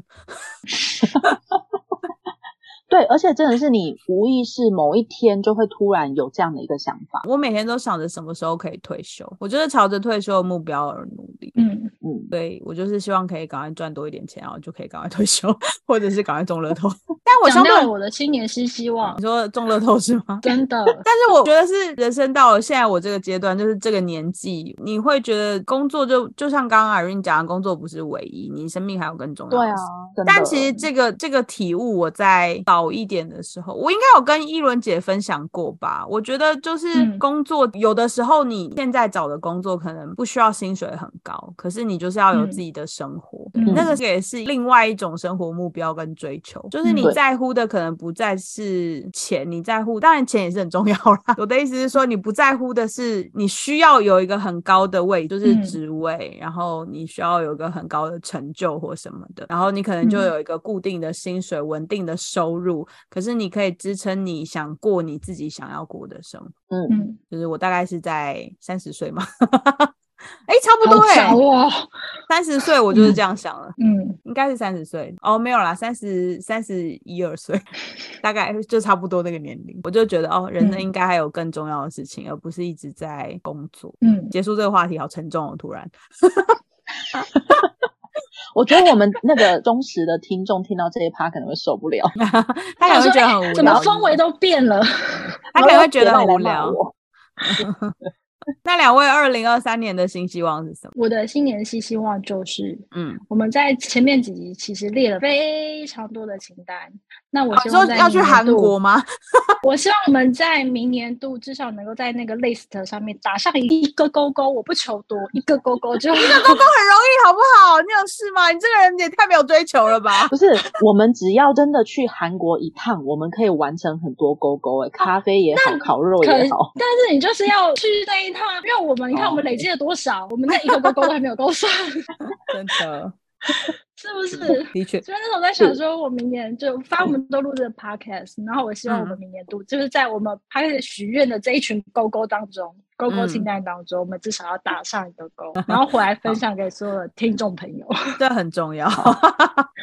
Speaker 2: 对，而且真的是你无意识某一天就会突然有这样的一个想法，
Speaker 1: 我每天都想着什么时候可以退休，我就是朝着退休的目标而努力。
Speaker 3: 嗯，
Speaker 2: 嗯，
Speaker 1: 对我就是希望可以赶快赚多一点钱，然后就可以赶快退休，或者是赶快中乐
Speaker 3: (laughs)
Speaker 1: 透。但我
Speaker 3: 讲
Speaker 1: 相对
Speaker 3: 到了我的新年新希望 (laughs)
Speaker 1: 你，说中乐透是吗？
Speaker 3: 真的，
Speaker 1: (laughs) 但是我觉得是人生到了现在我这个阶段，就是这个年纪，你会觉得工作就就像刚刚 Irene 讲的，工作不是唯一，你生命还有更重要
Speaker 2: 对
Speaker 1: 的
Speaker 2: 啊
Speaker 1: 事。，
Speaker 2: 真的
Speaker 1: 但其实
Speaker 3: 哦
Speaker 1: 这个这个体悟，我在早一点的时候，我应该有跟一轮姐分享过吧？我觉得就是
Speaker 3: 嗯
Speaker 1: 工作，有的时候你现在找的工作可能不需要薪水很高，可是你就是要有
Speaker 3: 嗯
Speaker 1: 自己的生活，
Speaker 3: 嗯
Speaker 1: 对那个也是另外一种生活目标跟追求，就是
Speaker 3: 嗯
Speaker 1: 你
Speaker 2: 对
Speaker 1: 在乎的可能不再是钱，你在乎当然钱也是很重要啦。 (laughs) 我的意思是说，你不在乎的是你需要有一个很高的位，就是
Speaker 3: 嗯
Speaker 1: 职位，然后你需要有一个很高的成就或什么的，然后你可能就
Speaker 3: 嗯
Speaker 1: 有一个固定的薪水、稳定的收入，可是你可以支撑你想过你自己想要过的生活。
Speaker 2: 嗯，
Speaker 3: 嗯，
Speaker 1: 就是我大概是在三十岁嘛，哎、差不
Speaker 3: 好
Speaker 1: 多哎、
Speaker 3: 早哦，
Speaker 1: 三十岁我就是这样想了。
Speaker 3: 嗯，
Speaker 1: 应该是三十岁哦，没有啦，三十三十一二岁，大概就差不多那个年龄。我就觉得哦，人生
Speaker 3: 嗯
Speaker 1: 应该还有更重要的事情，而不是一直在工作。
Speaker 3: 嗯，
Speaker 1: 结束这个话题，好沉重哦，突然。
Speaker 2: 我觉得我们那个忠实的听众听到这一趴可能会受不了，
Speaker 1: 他可能会觉得
Speaker 3: 想说哎
Speaker 1: 很无聊，
Speaker 3: 怎么氛围都变了？
Speaker 1: (laughs) 他可能会觉得很无聊
Speaker 2: 然后别人来骂。我
Speaker 1: 那两位二零二三年的新希望是什么？
Speaker 3: 我的新年新希望就是，
Speaker 1: 嗯，
Speaker 3: 我们在前面几集其实列了非常多的清单，那我
Speaker 1: 啊
Speaker 3: 希
Speaker 1: 你
Speaker 3: 望
Speaker 1: 说
Speaker 3: 在
Speaker 1: 要去
Speaker 3: 明年
Speaker 1: 韩
Speaker 3: 度
Speaker 1: 国吗？
Speaker 3: 我希望我们在明年度至少能够在那个 list 上面打上一个勾勾，我不求多，一个勾勾就一个勾勾。
Speaker 1: 很容易，好不好？你有事吗？你这个人也太没有追求了
Speaker 2: (laughs)
Speaker 1: 吧！
Speaker 2: 不是，我们只要真的去韩国一趟，我们可以完成很多勾勾、欸，咖啡也好，烤肉
Speaker 3: 可
Speaker 2: 也好，
Speaker 3: (laughs) 但是你就是要去那一趟，啊因为我们你看我
Speaker 1: 哦
Speaker 3: 们累积了多少，我们那一个勾勾都还没有勾
Speaker 1: (laughs)
Speaker 3: 上，
Speaker 1: 真的，
Speaker 3: 是不是？
Speaker 1: 的确，
Speaker 3: 所以那时候在想说，我明年就反正我们都录
Speaker 1: 嗯
Speaker 3: 这个 podcast，然后我希望我们明年度就是在我们 podcast 许愿的这一群勾勾当中，勾勾清
Speaker 1: 嗯
Speaker 3: 单当中，我们至少要打上一个
Speaker 1: (laughs)
Speaker 3: 勾，然后回来分享给所有的听众朋友，
Speaker 1: 这很重要。
Speaker 3: (laughs)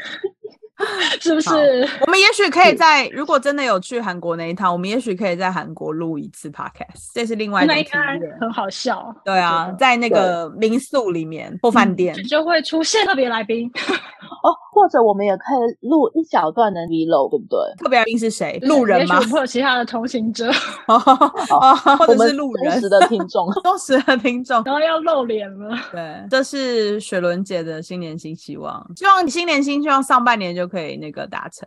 Speaker 3: 是不
Speaker 1: 好
Speaker 3: 是？
Speaker 1: (laughs) 我们也许可以
Speaker 2: 是
Speaker 1: 在，如果真的有去韩国那一趟，我们也许可以在韩国录一次 podcast，这是另外一
Speaker 3: 那
Speaker 1: 种
Speaker 3: 应
Speaker 1: 体
Speaker 3: 该
Speaker 1: 验。
Speaker 3: 很好笑。
Speaker 1: 对啊，在那个民宿里面或饭店，
Speaker 3: 就会出现特别来宾，
Speaker 2: 哦，或者我们也可以录一小段的 vlog，对不对？
Speaker 1: 特别来宾是谁？路人
Speaker 3: 也许
Speaker 1: 吗
Speaker 3: 我？们会有其他的同
Speaker 1: (laughs)
Speaker 3: 行者，
Speaker 1: 哦，哦或
Speaker 2: 我
Speaker 1: 者是
Speaker 2: 们
Speaker 1: 路
Speaker 2: 忠
Speaker 1: 人
Speaker 2: 实？的听众，
Speaker 1: (laughs) 忠实的听众。
Speaker 3: 然后要露脸了。
Speaker 1: 对，这是雪伦姐的新年新希望，希望新年新希望上半年就可以那个达成。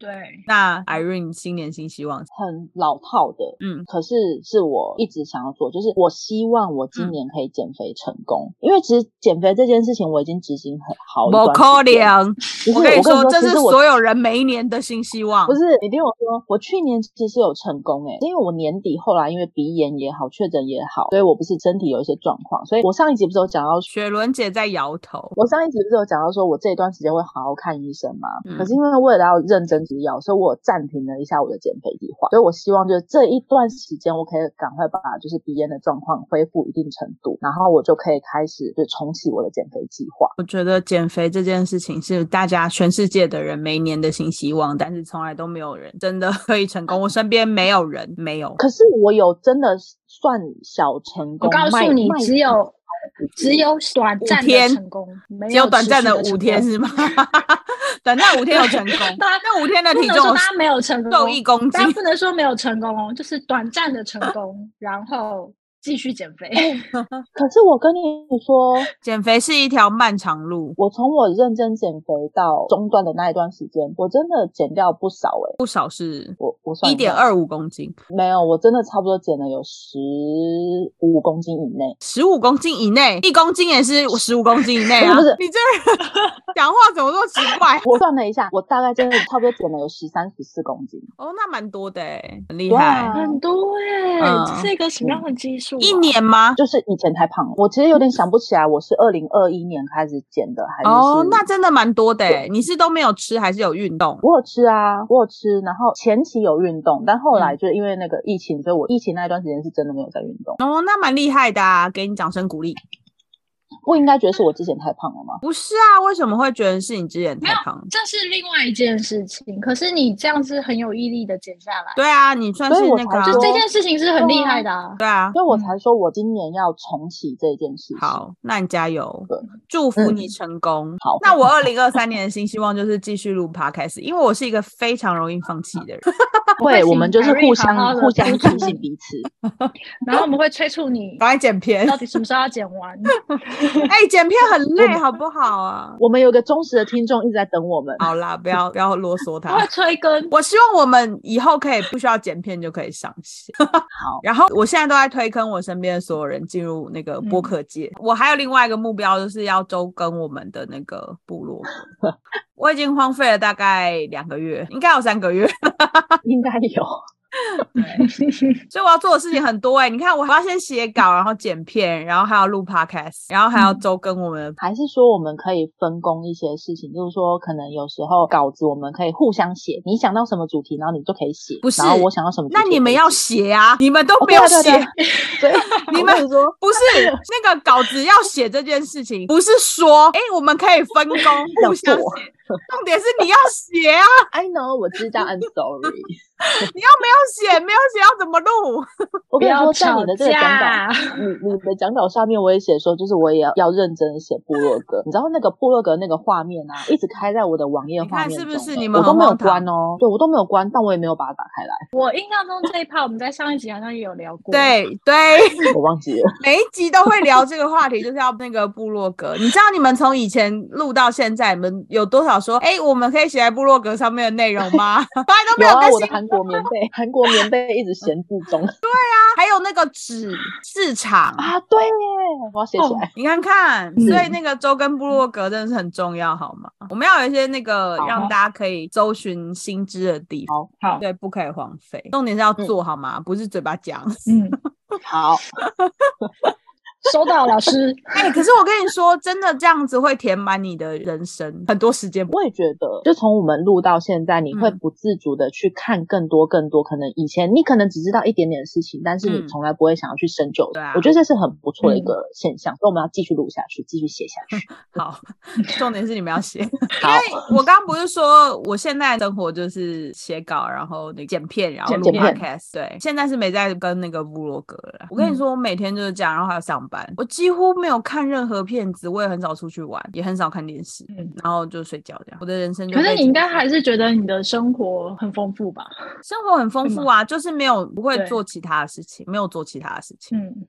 Speaker 3: 对，
Speaker 1: 那 Irene 新年新希望，
Speaker 2: 很老套的。
Speaker 1: 嗯
Speaker 2: 可是是我一直想要做，就是我希望我
Speaker 1: 嗯
Speaker 2: 今年可以减肥成功，因为其实减肥这件事情我已经执行很好一
Speaker 1: 不
Speaker 2: 段
Speaker 1: 可
Speaker 2: 时间。
Speaker 1: 能。
Speaker 2: 不是
Speaker 1: 我跟你
Speaker 2: 说，
Speaker 1: 这
Speaker 2: 其
Speaker 1: 是
Speaker 2: 实我
Speaker 1: 所有人每一年的新希望
Speaker 2: 不。是，你听我说，我去年其实有成功诶、因为我年底后来因为鼻炎也好，确诊也好，所以我不是身体有一些状况，所以我上一集不是有讲到，
Speaker 1: 雪伦姐在摇头，
Speaker 2: 我上一集不是有讲到说我这一段时间会好好看医生嘛。
Speaker 1: 嗯
Speaker 2: 可是因为为了要认真吃药，所以我暂停了一下我的减肥计划。所以我希望就是这一段时间，我可以赶快把就是鼻炎的状况恢复一定程度，然后我就可以开始就重启我的减肥计划。
Speaker 1: 我觉得减肥这件事情是大家全世界的人每年的新希望，但是从来都没有人真的可以成功。我身边没有人没有，
Speaker 2: 可是我有真的算小
Speaker 1: 哦
Speaker 2: 成
Speaker 3: 我
Speaker 2: 功，
Speaker 3: 告诉
Speaker 2: 迈
Speaker 3: 你
Speaker 2: 迈，
Speaker 3: 只有只有短暂的
Speaker 1: 天
Speaker 3: 成功，没
Speaker 1: 只有短
Speaker 3: 持
Speaker 1: 暂
Speaker 3: 续
Speaker 1: 的
Speaker 3: 成
Speaker 1: 五天
Speaker 3: 功
Speaker 1: 是吗？短暂五天有成功，
Speaker 3: 大家
Speaker 1: 那五天的
Speaker 3: 不
Speaker 1: 体
Speaker 3: 能
Speaker 1: 重
Speaker 3: 说大家没有成
Speaker 1: 瘦
Speaker 3: 功，
Speaker 1: 一
Speaker 3: (laughs)
Speaker 1: 公斤
Speaker 3: 大家，不能说没有成功哦，就是短暂的成 (laughs) 功，然后继续减肥。
Speaker 2: 可是我跟你说，
Speaker 1: 减肥是一条漫长路，
Speaker 2: 我从我认真减肥到中断的那一段时间，我真的减掉不少诶、
Speaker 1: 不少是
Speaker 2: 我我算
Speaker 1: 一点
Speaker 2: 下
Speaker 1: 二五公斤，
Speaker 2: 没有，我真的差不多减了有十五公斤以内。
Speaker 1: 十五公斤以内，一公斤也是十五公斤以内啊！
Speaker 2: (laughs) 不是不
Speaker 1: 你这人讲话怎么那么奇怪？
Speaker 2: 我算了一下，我大概真的差不多减了有十三、十四公斤。
Speaker 1: 哦，那蛮多的欸，很厉
Speaker 2: 对
Speaker 1: 害。
Speaker 2: 啊
Speaker 3: 哦很多耶、这
Speaker 1: 嗯
Speaker 3: 是一个什么样的啊基数、
Speaker 1: 一，年吗？
Speaker 2: 就是以前太胖了，我其实有点想不起来，我是二零二一年开始减的，还是
Speaker 1: 哦，
Speaker 2: 是
Speaker 1: 那真的蛮多的欸。你是都没有吃，还是有运动？
Speaker 2: 我有吃啊，我有吃，然后前期有运动，但后
Speaker 1: 嗯
Speaker 2: 来就因为那个疫情，所以我疫情那一段时间是真的没有在运动。
Speaker 1: 哦，那蛮厉害的啊，给你掌声鼓励。
Speaker 2: 不应该觉得是我之前太胖了吗？
Speaker 1: 不是啊，为什么会觉得是你之前太胖？
Speaker 3: 这是另外一件事情。可是你这样是很有毅力的减下来，
Speaker 1: 对啊，你算是
Speaker 2: 所以我
Speaker 1: 那个啊、
Speaker 2: 才
Speaker 3: 就
Speaker 2: 说
Speaker 3: 这件事情是很厉害的啊。
Speaker 1: 对啊。
Speaker 2: 所以我才说我今年要重启这件事情。，
Speaker 1: 好，那你加油
Speaker 2: 对，
Speaker 1: 祝福
Speaker 2: 嗯
Speaker 1: 你成功。
Speaker 2: 好
Speaker 1: 那我二零二三年的新希望就是继续录 podcast，因为我是一个非常容易放弃的人。
Speaker 2: 对，我们就是互
Speaker 3: 好好
Speaker 2: 相
Speaker 3: 地
Speaker 2: 互相
Speaker 3: 督促
Speaker 2: 提醒彼此。
Speaker 3: 然后我们会催促你
Speaker 1: 赶快剪片
Speaker 2: (laughs)
Speaker 3: 到，底什么时候要减完。
Speaker 1: 哎、剪片很累，好不好啊？
Speaker 2: 我们有个忠实的听众一直在等我们。
Speaker 1: 好啦，不要不要啰嗦
Speaker 3: 我会
Speaker 1: 他。
Speaker 2: (laughs)
Speaker 3: 催更，
Speaker 1: 我希望我们以后可以不需要剪片就可以上线。
Speaker 2: 好，
Speaker 1: 然后我现在都在推坑我身边的所有人进入那个播
Speaker 3: 嗯
Speaker 1: 客界。我还有另外一个目标，就是要周更我们的那个部落
Speaker 2: (laughs)
Speaker 1: 格。我已经荒废了大概两个月，应该有三个月，啊
Speaker 2: (laughs) 应该有。
Speaker 1: 所以我要做的事情很多哎、你看，我还要先写稿，然后剪片，然后还要录 podcast，然后还要
Speaker 3: 嗯
Speaker 1: 周更我们的。
Speaker 2: 还是说我们可以分工一些事情，就是说可能有时候稿子我们可以互相写，你想到什么主题，然后你就可以写，
Speaker 1: 不是
Speaker 2: 然后我想到什么主题
Speaker 1: 那
Speaker 2: 我可以写，
Speaker 1: 你们要写啊，你们都
Speaker 2: 哦
Speaker 1: 没有
Speaker 2: 对啊
Speaker 1: 写。
Speaker 2: 对啊对啊所以
Speaker 1: (laughs) 你
Speaker 2: 我
Speaker 1: 们
Speaker 2: 跟说
Speaker 1: 不是那个稿子要写这件事情，不是说哎、诶我们可以分
Speaker 2: (laughs)
Speaker 1: 工互相
Speaker 2: 做
Speaker 1: 写，重点是你要写啊，
Speaker 2: ，I know，我知道，I'm
Speaker 1: (laughs)
Speaker 2: sorry。
Speaker 1: 你要没有写，啊没有写要怎么
Speaker 2: (laughs)
Speaker 1: 录？
Speaker 2: 我
Speaker 3: 不
Speaker 2: 跟你
Speaker 3: 要
Speaker 2: 说，在
Speaker 3: 吵
Speaker 2: 你的这个讲稿。
Speaker 3: 架。 (laughs)
Speaker 2: 你你的讲稿下面我也写说，就是我也要要认真地写部落格。你知道那个部落格那个画面啊，一直开在我的网页
Speaker 1: 你
Speaker 2: 画
Speaker 1: 看
Speaker 2: 面
Speaker 1: 是
Speaker 2: 中
Speaker 1: 不
Speaker 2: 欸，
Speaker 1: 是你们
Speaker 2: 我都
Speaker 1: 很
Speaker 2: 没有
Speaker 1: 荒唐
Speaker 2: 关哦，对我都没有关，但我也没有把它打开来，
Speaker 3: 我印象中这一趴我们在上一集好像也有聊过，，
Speaker 1: 对对，
Speaker 2: 我忘记了。
Speaker 1: 每一集都会聊这个话题，就是要那个部落格。你知道你们从以前录到现在，你们有多少说哎、诶我们可以写在部落格上面的内容吗？ (laughs) 从来 (laughs) 都没
Speaker 2: 有啊，
Speaker 1: 更
Speaker 2: 我的
Speaker 1: 新。
Speaker 2: 韩国棉被，韩国棉被一直闲置
Speaker 1: (laughs)
Speaker 2: 中
Speaker 1: 还有那个纸市场。
Speaker 2: 啊，对耶，我要写起来。
Speaker 1: 你看看，所以
Speaker 2: 嗯
Speaker 1: 那个周跟部落格真的是很重要，好吗？我们要有一些那个
Speaker 2: 好
Speaker 1: 让大家可以搜寻新知的地方，
Speaker 3: 好，
Speaker 1: 对，不可以荒废。重点是要
Speaker 2: 嗯
Speaker 1: 做好吗？不是嘴巴讲。
Speaker 3: 嗯，
Speaker 1: 哦
Speaker 2: 好，
Speaker 3: 收到老师。
Speaker 1: 哎、可是我跟你说，真的这样子会填满你的人生很多时间。
Speaker 2: 我也觉得，就从我们录到现在，你会
Speaker 1: 嗯
Speaker 2: 不自主的去看更多更多，可能以前你可能只知道一点点的事情，但是
Speaker 1: 嗯
Speaker 2: 你从来不会想要去深究。
Speaker 1: 对啊嗯
Speaker 2: 我觉得这是很不错的一个现象，所以我们要继续录下去，继续写下去。
Speaker 1: 好，重点是你们要写。因
Speaker 2: 好，
Speaker 1: 为我刚刚不是说我现在的生活就是写稿，然后那个剪片，然后
Speaker 3: 剪
Speaker 1: 录
Speaker 2: 片
Speaker 1: podcast。对，现在是没在跟那个部落格了。我
Speaker 3: 嗯
Speaker 1: 跟你说，我每天就是这样，然后还要上班，我几乎没有看任何片子，我也很少出去玩，也很少看电视，
Speaker 3: 嗯
Speaker 1: 然后就睡觉这样。我的人生就
Speaker 3: 可是
Speaker 1: 被
Speaker 3: 你应该
Speaker 1: 这样
Speaker 3: 还是觉得你的生活很丰富吧？
Speaker 1: 生活很丰富啊，就是没有不会
Speaker 3: 对
Speaker 1: 做其他的事情，没有做其他的事情。
Speaker 3: 嗯，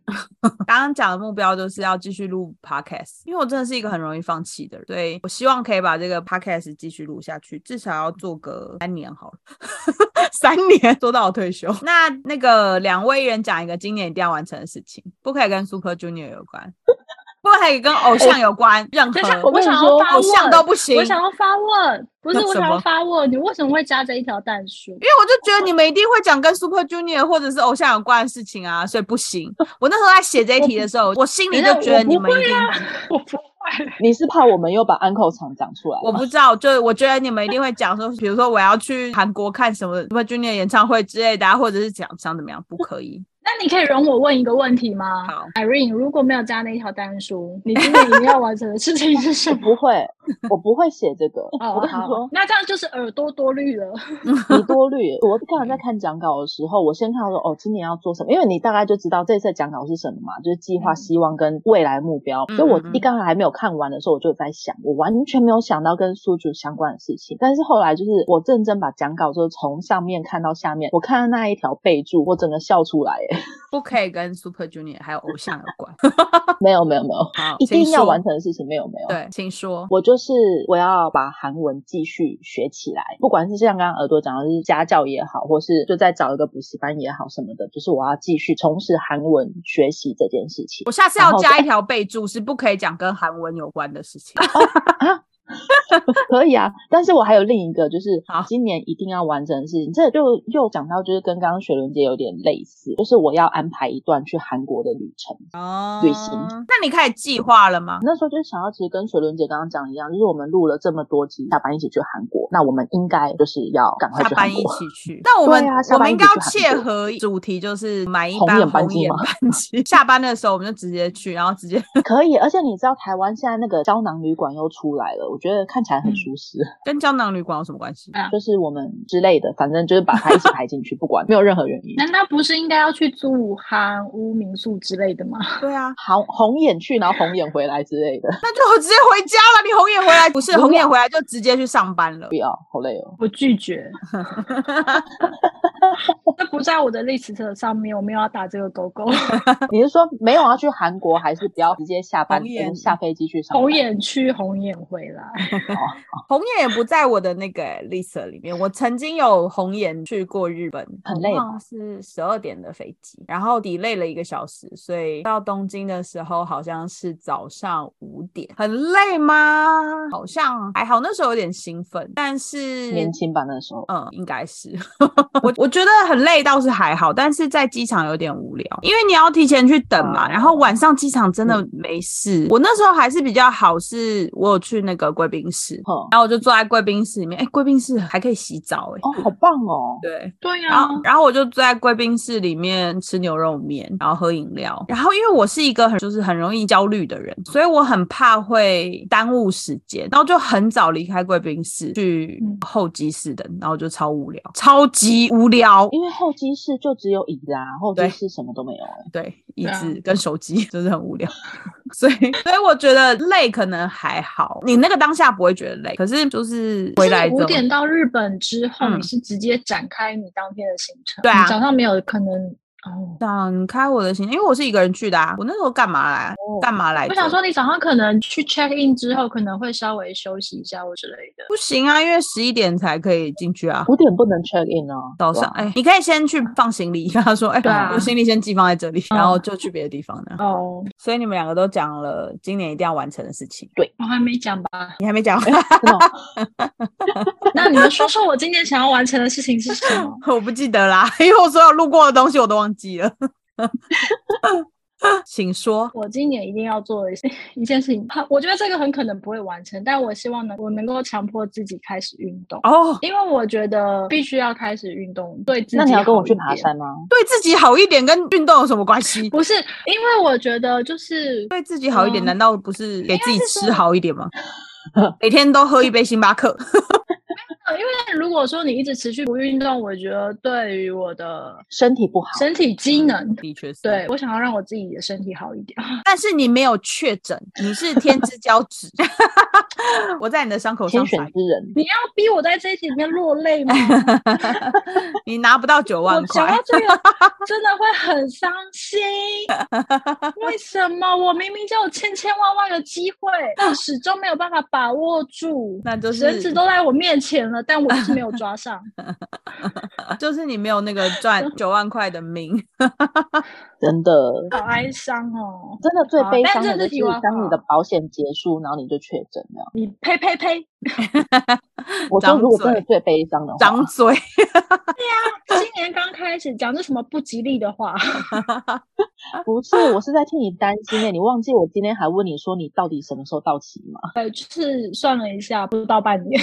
Speaker 1: 刚刚讲的目标就是要继续录 podcast，因为我真的是一个很容易放弃的人，所以我希望可以把这个 podcast 继续录下去，至少要做个三年好了， (laughs) 三年做到我退休。 (laughs) 那那个两位一人讲一个今年一定要完成的事情，不可以跟 Super Junior 有关，不可以跟偶像有关，任何
Speaker 3: 等一下，我
Speaker 2: 跟你
Speaker 3: 想要
Speaker 2: 说
Speaker 3: 发
Speaker 1: 偶像
Speaker 3: 问
Speaker 1: 都不行。
Speaker 3: 我想要发问，不是
Speaker 1: 那
Speaker 3: 我
Speaker 1: 什
Speaker 3: 想要
Speaker 1: 么
Speaker 3: 发问，你为什么会加这一条淡书
Speaker 1: 因？为我就觉得你们一定会讲跟 Super Junior 或者是偶像有关的事情啊，所以不行。我那时候在写这一题的时候，我心里
Speaker 3: 等一
Speaker 1: 就觉得
Speaker 3: 下我不
Speaker 1: 你们一
Speaker 3: 会
Speaker 1: 定
Speaker 3: 啊我不会，
Speaker 2: 你是怕我们又把 uncle 厂讲出来？
Speaker 1: (laughs) 我不知道，就我觉得你们一定会讲说，比如说我要去韩国看什么什么 Junior 演唱会之类的、啊，或者是想想怎么样，不可以。
Speaker 3: 那你可以容我问一个问题吗
Speaker 1: 好
Speaker 3: ？Irene，如果没有加那一条单数，你今年一定要完成的事情是什
Speaker 2: 我 (laughs)
Speaker 3: 么？
Speaker 1: (laughs)
Speaker 2: 不会，我不会写这个。
Speaker 3: 哦，
Speaker 2: 我跟你
Speaker 3: 好
Speaker 2: 说，，
Speaker 3: 那这样就是耳朵多虑了。
Speaker 2: 你多
Speaker 1: (laughs)
Speaker 2: 虑。我刚才在看讲稿的时候，我先看到说，哦，今年要做什么？因为你大概就知道这次的讲稿是什么嘛，就是计划、
Speaker 3: 嗯
Speaker 2: 希望跟未来目标。
Speaker 1: 嗯
Speaker 2: 所以我
Speaker 1: 嗯嗯
Speaker 2: 一刚才还没有看完的时候，我就在想，我完全没有想到跟苏主相关的事情。但是后来就是我认真把讲稿就是从上面看到下面，我看到那一条备注，我整个笑出来。哎
Speaker 1: 不可以跟 Super Junior 还有偶像有关。
Speaker 2: (laughs) 没有没有没有，
Speaker 1: 好，
Speaker 2: 一定
Speaker 1: 请
Speaker 2: 要
Speaker 1: 说
Speaker 2: 完成的事情没有没有。
Speaker 1: 对，请说。
Speaker 2: 我就是我要把韩文继续学起来，不管是像刚刚耳朵讲的是家教也好，或是就再找一个补习班也好什么的，就是我要继续从事韩文学习这件事情
Speaker 1: 我。下次
Speaker 2: 然
Speaker 1: 要
Speaker 2: 后
Speaker 1: 加
Speaker 2: 再
Speaker 1: 一条备注，是不可以讲跟韩文有关的
Speaker 2: (laughs)
Speaker 1: 事情。
Speaker 2: 可以啊，但是我还有另一个就是
Speaker 1: 好
Speaker 2: 今年一定要完成的事情，这就又讲到就是跟刚刚雪伦姐有点类似，就是我要安排一段去韩国的旅程。
Speaker 1: 哦
Speaker 2: 旅行
Speaker 1: 那你开始计划了吗？
Speaker 2: 那时候就是想要，其实跟雪伦姐刚刚讲一样，就是我们录了这么多集，下班一起去韩国，那我们应该就是要赶快
Speaker 1: 下
Speaker 2: 去韩
Speaker 1: 班一
Speaker 2: 国。
Speaker 1: 起去，但我们、
Speaker 2: 对啊
Speaker 1: 我
Speaker 2: 下
Speaker 1: 们
Speaker 2: 班
Speaker 1: 应
Speaker 2: 一
Speaker 1: 该
Speaker 2: 起
Speaker 1: 要
Speaker 2: 去韩
Speaker 1: 切
Speaker 2: 国
Speaker 1: 合主题，就是买一
Speaker 2: 红
Speaker 1: 班
Speaker 2: 眼班
Speaker 1: 红
Speaker 2: 机
Speaker 1: 眼
Speaker 2: 吗
Speaker 1: 班机。下班的时候我们就直接去，然后直接
Speaker 2: 可以，而且你知道台湾现在那个胶囊旅馆又出来了，我觉得看起来
Speaker 1: 嗯
Speaker 2: 很舒适，
Speaker 1: 跟胶囊旅馆有什么关系？
Speaker 2: 就是我们之类的，反正就是把它一起排进去，不 (laughs) 管没有任何原因。
Speaker 3: 难道不是应该要去租韩屋民宿之类的吗？ (laughs)
Speaker 1: 对啊，
Speaker 2: 红红眼去，然后红眼回来之类的，
Speaker 1: 那就直接回家了。你红眼回来不是
Speaker 2: 不
Speaker 1: 红眼
Speaker 2: 要
Speaker 1: 回来就直接去上班了
Speaker 2: 不。要，好累哦。
Speaker 3: 我拒绝， (laughs) 这不在我的 list 上面，我没有要打这个勾勾。
Speaker 2: 你是说没有要去韩国，还是不要直接下班
Speaker 1: 红眼
Speaker 2: 呃下飞机去上班？
Speaker 3: 红眼去，红眼回来。
Speaker 1: 红眼也不在我的那个 list 里面。我曾经有红眼去过日本，
Speaker 2: 很
Speaker 1: 我
Speaker 2: 累
Speaker 1: 忘了是十二点的飞机，然后 delay 了一个小时，所以到东京的时候好像是早上五点，很累吗？好像还好，那时候有点兴奋，但是
Speaker 2: 年轻吧那时候，
Speaker 1: 嗯，应该是。 (laughs) 我我觉得很累倒是还好，但是在机场有点无聊，因为你要提前去等嘛。
Speaker 2: 哦嗯
Speaker 1: 然后晚上机场真的没事。我那时候还是比较好，是我有去那个贵宾室， (laughs)
Speaker 2: 哼、
Speaker 1: 然后我就坐在贵宾室里面。哎、贵宾室还可以洗澡哎、
Speaker 2: 哦，好棒哦。
Speaker 1: 对，啊
Speaker 3: 对呀、
Speaker 1: 然后然后我就坐在贵宾室里面吃牛肉面，然后喝饮料。然后因为我是一个很就是很容易焦虑的人，所以我很怕会耽误时间，然后就很早离开贵宾室去
Speaker 3: 嗯
Speaker 1: 候机室等，然后就超无聊，超级无聊。
Speaker 2: 因为候机室就只有椅子啊，后
Speaker 1: 对
Speaker 2: 机室什么都没有、欸。
Speaker 1: 对，椅
Speaker 3: 对啊
Speaker 1: 子跟手机 (laughs) 真是很无聊，所以所以我觉得累可能还好，你那个当下不会觉得累，可是就是回来之
Speaker 3: 五
Speaker 1: 后
Speaker 3: 点到日本之后，
Speaker 1: 嗯
Speaker 3: 你是直接展开你当天的行程。
Speaker 1: 对啊
Speaker 3: 你早上没有可能哦。
Speaker 1: 想开我的行程，因为我是一个人去的啊，我那时候干嘛来
Speaker 2: 哦
Speaker 1: 干嘛来着？
Speaker 3: 我想说，你早上可能去 check in 之后，可能会稍微休息一下或之类的。
Speaker 1: 不行啊，因为十一点才可以进去啊。
Speaker 2: 五点不能 check in 哦，
Speaker 1: 早上，
Speaker 2: 哇
Speaker 1: 哎、你可以先去放行李， (laughs) 跟他说，哎、
Speaker 3: 对啊嗯
Speaker 1: 我行李先寄放在这里，然后就去别的地方了。
Speaker 3: 哦，
Speaker 1: 所以你们两个都讲了今年一定要完成的事情，
Speaker 3: 我还没讲吧？
Speaker 1: 你还没讲，
Speaker 2: 真的哦
Speaker 3: 那你们说说我今年想要完成的事情是什么？
Speaker 1: (laughs)
Speaker 3: (laughs)
Speaker 1: 我不记得啦， (laughs) 因为我所有路过的东西我都忘记了。 (laughs) 请说，
Speaker 3: 我今年一定要做的 (laughs) 一一件事情，很我觉得这个很可能不会完成，但我希望能我能够强迫自己开始运动，
Speaker 1: 哦，
Speaker 3: 因为我觉得必须要开始运动，对自己
Speaker 2: 那你要跟我
Speaker 3: 好
Speaker 2: 去
Speaker 3: 一
Speaker 2: 爬
Speaker 3: 点？
Speaker 2: 山吗？
Speaker 1: 对自己好一点跟运动有什么关系？
Speaker 3: 不是，因为我觉得就是
Speaker 1: 对自己好一点，
Speaker 3: 嗯
Speaker 1: 难道不是给自己
Speaker 3: 应该是
Speaker 1: 吃
Speaker 3: 说
Speaker 1: 好一点
Speaker 3: (laughs)
Speaker 1: 吗？每天都喝一杯星巴克，
Speaker 3: 呃因为如果说你一直持续不运动，我觉得对于我的
Speaker 2: 身体不好，
Speaker 3: 身体机能，
Speaker 1: 的确是。
Speaker 3: 对我想要让我自己的身体好一点。 (laughs)
Speaker 1: 但是你没有确诊，你是天之骄子。 (laughs) 我在你的伤口上
Speaker 2: 天
Speaker 1: 撒盐，
Speaker 2: 选之人。
Speaker 3: 你要逼我在这一题里面落
Speaker 1: (laughs)
Speaker 3: 泪吗？
Speaker 1: 你拿不到九万
Speaker 3: 我想
Speaker 1: 块
Speaker 3: 到。这个真的会很伤心。为什么我明明就有千千万万个机会，始终没有办法把握住？
Speaker 1: 那就是
Speaker 3: 绳子都在我面前了，但我就是没有抓上。嗯
Speaker 1: 就是你没有那个赚九万块的命，
Speaker 2: 真的。
Speaker 3: 好哀伤哦。
Speaker 2: 真的最
Speaker 3: 好
Speaker 2: 悲
Speaker 3: 但
Speaker 2: 伤
Speaker 3: 这
Speaker 2: 的就
Speaker 3: 是题外
Speaker 2: 是当
Speaker 3: 话
Speaker 2: 你的保险结束，然后你就确诊了。
Speaker 3: 你呸呸呸！
Speaker 2: 我说，
Speaker 1: 张
Speaker 2: 如果真的
Speaker 1: 嘴
Speaker 2: 最悲伤的话
Speaker 1: 张，嘴，
Speaker 3: 今年刚开始讲这什么不吉利的话，
Speaker 2: 不是，我是在替你担心欸诶。你忘记我今天还问你说你到底什么时候到期吗？ (laughs)
Speaker 3: 对，呃就是算了一下，不到半年。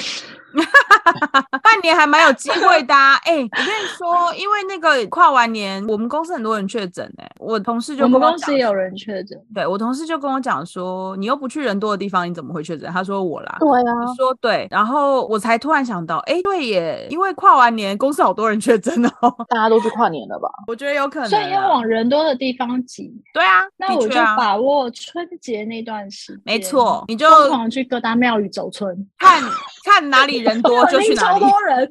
Speaker 1: 半年还蛮有机会的、啊。哎、我跟你说，因为那个跨完年，我们公司很多人确诊哎，我同事就
Speaker 3: 我
Speaker 1: 跟
Speaker 3: 们
Speaker 1: 我
Speaker 3: 公司
Speaker 1: 讲
Speaker 3: 也有人确诊，
Speaker 1: 对我同事就跟我讲说，你又不去人多的地方，你怎么会确诊？他说我啦。
Speaker 2: 对啊，
Speaker 1: 我说对，然后我才突然想到，哎，对耶，因为跨完年公司好多人确诊哦，
Speaker 2: 大家都去跨年
Speaker 3: (laughs)
Speaker 2: 了吧？
Speaker 1: 我觉得有可能啊。
Speaker 3: 所以要往人多的地方挤。
Speaker 1: 对啊，
Speaker 3: 那
Speaker 1: 的
Speaker 3: 我
Speaker 1: 确
Speaker 3: 就
Speaker 1: 啊
Speaker 3: 把握春节那段时间，
Speaker 1: 没错，，你就
Speaker 3: 疯狂去各大庙宇
Speaker 1: (laughs)
Speaker 3: 走村，
Speaker 1: 看看哪里人多就
Speaker 3: 一
Speaker 1: 去
Speaker 3: 定
Speaker 1: 哪
Speaker 3: 超
Speaker 1: 里。(laughs)
Speaker 3: 多人，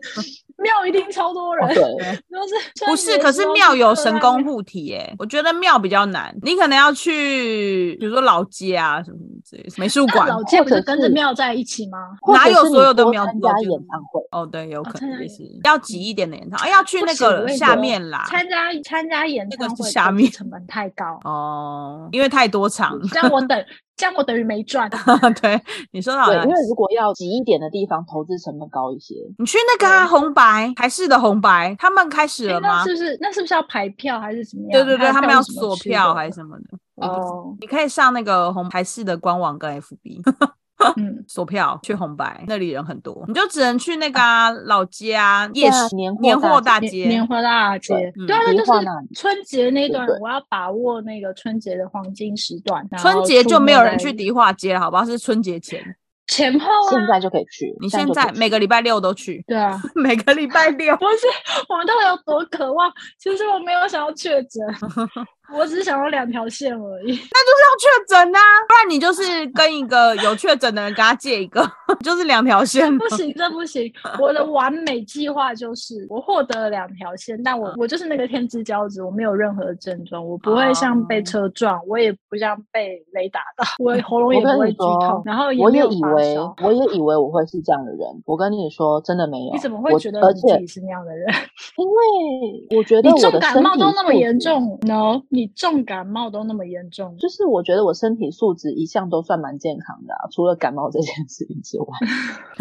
Speaker 3: 庙一定超多人
Speaker 2: 哦，，对，
Speaker 3: 就是
Speaker 1: 不
Speaker 3: 春
Speaker 1: 是，
Speaker 3: 节
Speaker 1: 可
Speaker 3: 的
Speaker 1: 是
Speaker 3: 时候
Speaker 1: 庙
Speaker 3: 去
Speaker 1: 有
Speaker 3: 各
Speaker 1: 神
Speaker 3: 大
Speaker 1: 功
Speaker 3: 庙
Speaker 1: 护体耶、我觉得庙比较难，你可能要去，比如说老街啊什么之类的，美术
Speaker 3: 那
Speaker 1: 馆。
Speaker 3: 啊老街不
Speaker 2: 或
Speaker 3: 是
Speaker 2: 者
Speaker 3: 跟着
Speaker 2: 是
Speaker 3: 庙在一起吗？
Speaker 2: 或
Speaker 1: 哪
Speaker 2: 者
Speaker 1: 有
Speaker 2: 是
Speaker 1: 所
Speaker 2: 你
Speaker 1: 有的
Speaker 2: 多
Speaker 1: 庙
Speaker 2: 参
Speaker 1: 都
Speaker 2: 加
Speaker 1: 有
Speaker 2: 演唱会？
Speaker 1: 哦，对，有可
Speaker 3: 参
Speaker 1: 能
Speaker 3: 加
Speaker 1: 也
Speaker 3: 演
Speaker 1: 是要挤一点的演唱，哎，要去
Speaker 3: 不
Speaker 1: 那
Speaker 3: 行
Speaker 1: 个
Speaker 3: 我也
Speaker 1: 下
Speaker 3: 觉得
Speaker 1: 面啦。
Speaker 3: 参加参加演
Speaker 1: 啊那个
Speaker 3: 唱
Speaker 1: 是
Speaker 3: 会
Speaker 1: 下
Speaker 3: 投资
Speaker 1: 面
Speaker 3: 成本太高，嗯
Speaker 1: 哦，因为太多场，
Speaker 3: 这样我等这样我等于没
Speaker 1: (laughs)
Speaker 3: 赚。
Speaker 1: 对，你说的好
Speaker 3: 啊
Speaker 2: 对，
Speaker 1: 像
Speaker 2: 因为
Speaker 1: 是
Speaker 2: 如果要挤一点的地方，投资成本高一些。
Speaker 1: 你去那个啊，红白台式的红白，他们开始
Speaker 3: 诶
Speaker 1: 了
Speaker 3: 哎那
Speaker 1: 吗
Speaker 3: 是？不是那是不是要排票还是怎么样？
Speaker 1: 对对对，他们要锁
Speaker 3: 锁
Speaker 1: 票还是什么的，我不知
Speaker 3: 哦，
Speaker 1: 你可以上那个红台式的官网跟 (laughs) FB
Speaker 3: 嗯，
Speaker 1: 锁票去红白，那里人很多，你就只能去那个啊老街啊夜市
Speaker 2: 对啊年货
Speaker 1: 年货
Speaker 2: 大
Speaker 1: 大
Speaker 3: 年年
Speaker 1: 街。
Speaker 3: 货大街，
Speaker 1: 嗯
Speaker 3: 对啊，那
Speaker 2: 迪
Speaker 3: 就
Speaker 2: 化那里
Speaker 3: 是春节那段
Speaker 2: 对，
Speaker 3: 我要把握那个春节的黄金时段。然
Speaker 1: 春
Speaker 3: 后
Speaker 1: 节
Speaker 3: 出
Speaker 1: 就没
Speaker 3: 没
Speaker 1: 有人
Speaker 3: 在
Speaker 1: 去迪化街了，好不好？是春节前，
Speaker 3: 前后啊，
Speaker 2: 现在就可以去。
Speaker 1: 你
Speaker 2: 现
Speaker 1: 现
Speaker 2: 在就
Speaker 1: 在
Speaker 2: 可以
Speaker 1: 每
Speaker 2: 去
Speaker 1: 个礼拜六都去， (laughs)
Speaker 3: 对啊， (laughs)
Speaker 1: 每个礼拜六。
Speaker 3: 不是，我们到底有多渴望？其实我没有想要
Speaker 1: (laughs)
Speaker 3: 确诊，我只是想要两条线而已。
Speaker 1: 要确诊啊，不然你就是跟一个有确诊的人跟他借一个， (laughs) 就是两条线了。
Speaker 3: (laughs) 不行，这不行。我的完美计划就是，我获得了两条线，但
Speaker 2: 嗯
Speaker 3: 我我就是那个天之骄子，我没有任何症状，我不会像被
Speaker 1: 哦
Speaker 3: 车撞，我也不像被雷打到，
Speaker 2: (laughs)
Speaker 3: 我喉咙
Speaker 2: 我
Speaker 3: 也
Speaker 2: 跟
Speaker 3: 不
Speaker 2: 你
Speaker 3: 会剧痛
Speaker 2: 说，
Speaker 3: 然后
Speaker 2: 我
Speaker 3: 没
Speaker 2: 也
Speaker 3: 有
Speaker 2: 以
Speaker 3: 发
Speaker 2: 为
Speaker 3: 烧。，
Speaker 2: 我也以为我会是这样的人。我跟你说，真的没有。
Speaker 3: 你怎么会
Speaker 2: 我
Speaker 3: 觉得
Speaker 2: 而
Speaker 3: 你自
Speaker 2: 且
Speaker 3: 己是那样的人？
Speaker 2: 因为我觉得
Speaker 3: 你
Speaker 2: 我
Speaker 3: 重
Speaker 2: 的
Speaker 3: 感
Speaker 2: 身
Speaker 3: 冒
Speaker 2: 体
Speaker 3: 都那么
Speaker 2: 素
Speaker 3: 严
Speaker 2: 质，
Speaker 3: 重？No，你重感冒都那么严重，
Speaker 2: 就是我觉得我身体素质一向都算蛮健康的啊、除了感冒这件事情之外。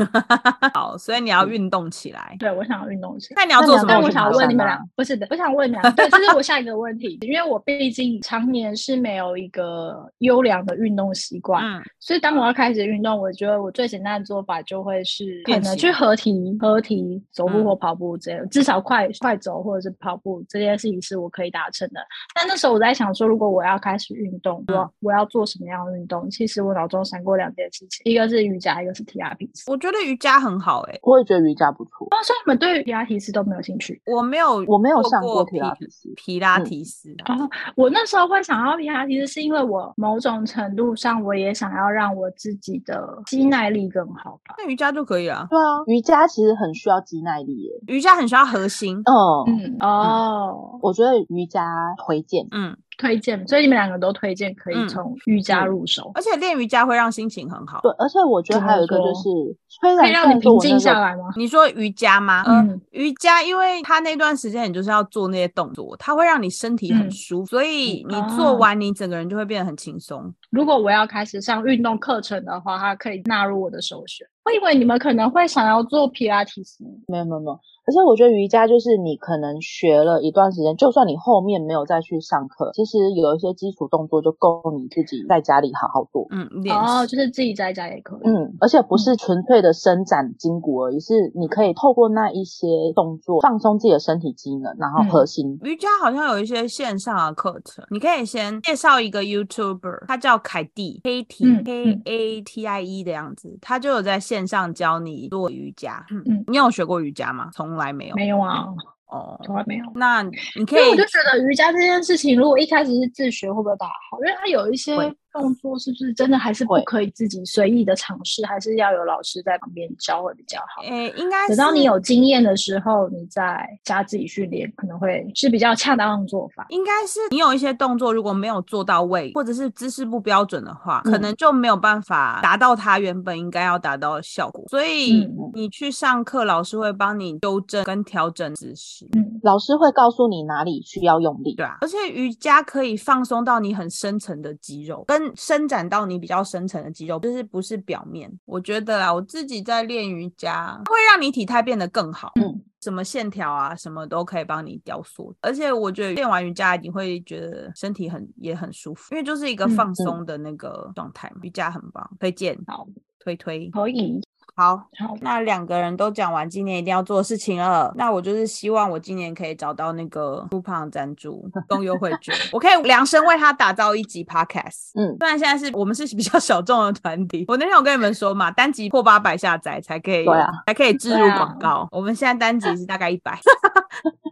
Speaker 2: (laughs)
Speaker 1: 好，所以你要运动起来。
Speaker 3: 对我想要运动起来。
Speaker 1: 那你要
Speaker 2: 那
Speaker 1: 做
Speaker 2: 你
Speaker 1: 什
Speaker 2: 要
Speaker 1: 么
Speaker 2: 跟
Speaker 3: 但
Speaker 1: 运动？
Speaker 2: 我
Speaker 3: 我
Speaker 2: 去爬
Speaker 3: 想问
Speaker 2: 山
Speaker 3: 你们
Speaker 2: 吗
Speaker 3: 俩，不是的，我想问你们俩，对，这是我下一个问题， (laughs) 因为我毕竟常年是没有一个优良的运动习惯，
Speaker 1: 嗯，
Speaker 3: 所以当我要开始运动，我觉得我最简单的做法就会是可
Speaker 1: 练
Speaker 3: 能
Speaker 1: 习
Speaker 3: 去合体、合体走
Speaker 1: 嗯
Speaker 3: 路或跑步这样，至少快快走或者是跑步这件事情是我可以达成的。但那时候我在想说，如果我要开始运动，
Speaker 1: 嗯
Speaker 3: 我我要做什么样的运动？其实我脑中闪过两件事情，一个是瑜伽，一个是提拉皮斯。
Speaker 1: 我觉得瑜伽很好哎、
Speaker 2: 我也觉得瑜伽不错。
Speaker 3: 哦，所以你们对于提拉皮斯都没有兴趣？
Speaker 1: 我没有
Speaker 2: 我没有
Speaker 1: 做
Speaker 2: 上
Speaker 1: 过
Speaker 2: 过提拉皮斯
Speaker 1: 皮拉
Speaker 2: 嗯
Speaker 1: 提斯啊，
Speaker 3: 哦，我那时候会想要皮拉提斯，是因为我某种程度上我也想要让我自己的肌耐力更好吧。
Speaker 1: 那瑜伽就可以了。
Speaker 2: 对啊，瑜伽其实很需要肌耐力耶。
Speaker 1: 瑜伽很需要核心，
Speaker 2: 嗯，
Speaker 3: 嗯，哦，
Speaker 2: 我觉得瑜伽推荐。
Speaker 1: 嗯，
Speaker 3: 推荐，所以你们两个都推荐可
Speaker 1: 嗯
Speaker 3: 以从瑜伽
Speaker 2: 嗯
Speaker 3: 入手，
Speaker 1: 而且练瑜伽会让心情很好。
Speaker 2: 对，而且我觉得
Speaker 3: 怎
Speaker 2: 还
Speaker 3: 么
Speaker 2: 有一个就
Speaker 3: 说
Speaker 2: 是，虽
Speaker 3: 可以
Speaker 2: 然虽
Speaker 3: 让你
Speaker 2: 然说
Speaker 3: 平
Speaker 2: 我那
Speaker 3: 静
Speaker 2: 时候
Speaker 3: 下来吗？
Speaker 1: 你说瑜伽吗？嗯、
Speaker 3: 嗯，
Speaker 1: 瑜伽，因为它那段时间你就是要做那些动作，它会让你身体很
Speaker 3: 嗯
Speaker 1: 舒服，所以你
Speaker 3: 啊
Speaker 1: 做完你整个人就会变得很轻松。
Speaker 3: 如果我要开始上运动课程的话，它可以纳入我的首选。我以为你们可能会想要做皮拉提斯，
Speaker 2: 没有没有没有，而且我觉得瑜伽就是你可能学了一段时间，就算你后面没有再去上课，其实有一些基础动作就够你自己在家里好好做。
Speaker 1: 嗯，练习。
Speaker 3: 哦，就是自己在家也可以。
Speaker 2: 嗯，而且不是纯粹的伸展筋骨而已，是你可以透过那一些动作放松自己的身体机能，然后
Speaker 1: 嗯
Speaker 2: 核心。
Speaker 1: 瑜伽好像有一些线上的课程，你可以先介绍一个 YouTuber，他叫凯蒂 K T
Speaker 3: 嗯
Speaker 1: K
Speaker 3: 嗯
Speaker 1: A T I E 的样子，他就有在线上教你做瑜伽。嗯
Speaker 3: 嗯，
Speaker 1: 你有学过瑜伽吗？从来没有。
Speaker 3: 没有啊，
Speaker 1: 哦，
Speaker 3: 从来没有。
Speaker 1: 那你可
Speaker 3: 因为我
Speaker 1: 以
Speaker 3: 就觉得瑜伽这件事情，如果一开始是自学，会不会打好？因为它有一些
Speaker 1: 会
Speaker 3: 动作，是不是真的还是不
Speaker 2: 会
Speaker 3: 可以自己随意的尝试，还是要有老师在旁边教会比较好？
Speaker 1: 诶、应该
Speaker 3: 等到你
Speaker 1: 是
Speaker 3: 有经验的时候，你再加自己训练，可能会是比较恰当的做法。
Speaker 1: 应该是你有一些动作如果没有做到位，或者是姿势不标准的话，可
Speaker 2: 嗯
Speaker 1: 能就没有办法达到它原本应该要达到的效果。所以
Speaker 3: 嗯
Speaker 1: 你去上课，老师会帮你纠正跟调整姿势。
Speaker 3: 嗯，
Speaker 2: 老师会告诉你哪里需要用力。
Speaker 1: 对啊，而且瑜伽可以放松到你很深层的肌肉，跟伸展到你比较深层的肌肉，就是不是表面。我觉得啊，我自己在练瑜伽，会让你体态变得更好。
Speaker 2: 嗯，
Speaker 1: 什么线条啊，什么都可以帮你雕塑。而且我觉得练完瑜伽，你会觉得身体很也很舒服，因为就是一个
Speaker 3: 嗯
Speaker 1: 放松的那个状态嘛。瑜伽很棒，推荐。
Speaker 3: 好，
Speaker 1: 推推。
Speaker 3: 可以，
Speaker 1: 好，
Speaker 3: 好，
Speaker 1: 那两个人都讲完今年一定要做的事情了，那我就是希望我今年可以找到那个酷胖赞
Speaker 2: (laughs)
Speaker 1: 助送优惠券，我可以量身为他打造一集 podcast。
Speaker 2: 嗯，
Speaker 1: 虽然现在是我们是比较小众的团体，我那天有跟你们说嘛，单集破八百下载才可以，
Speaker 2: 对啊
Speaker 1: 才可以置入
Speaker 3: 对啊
Speaker 1: 广告。我们现在单集是大概一
Speaker 2: (laughs)
Speaker 1: 百，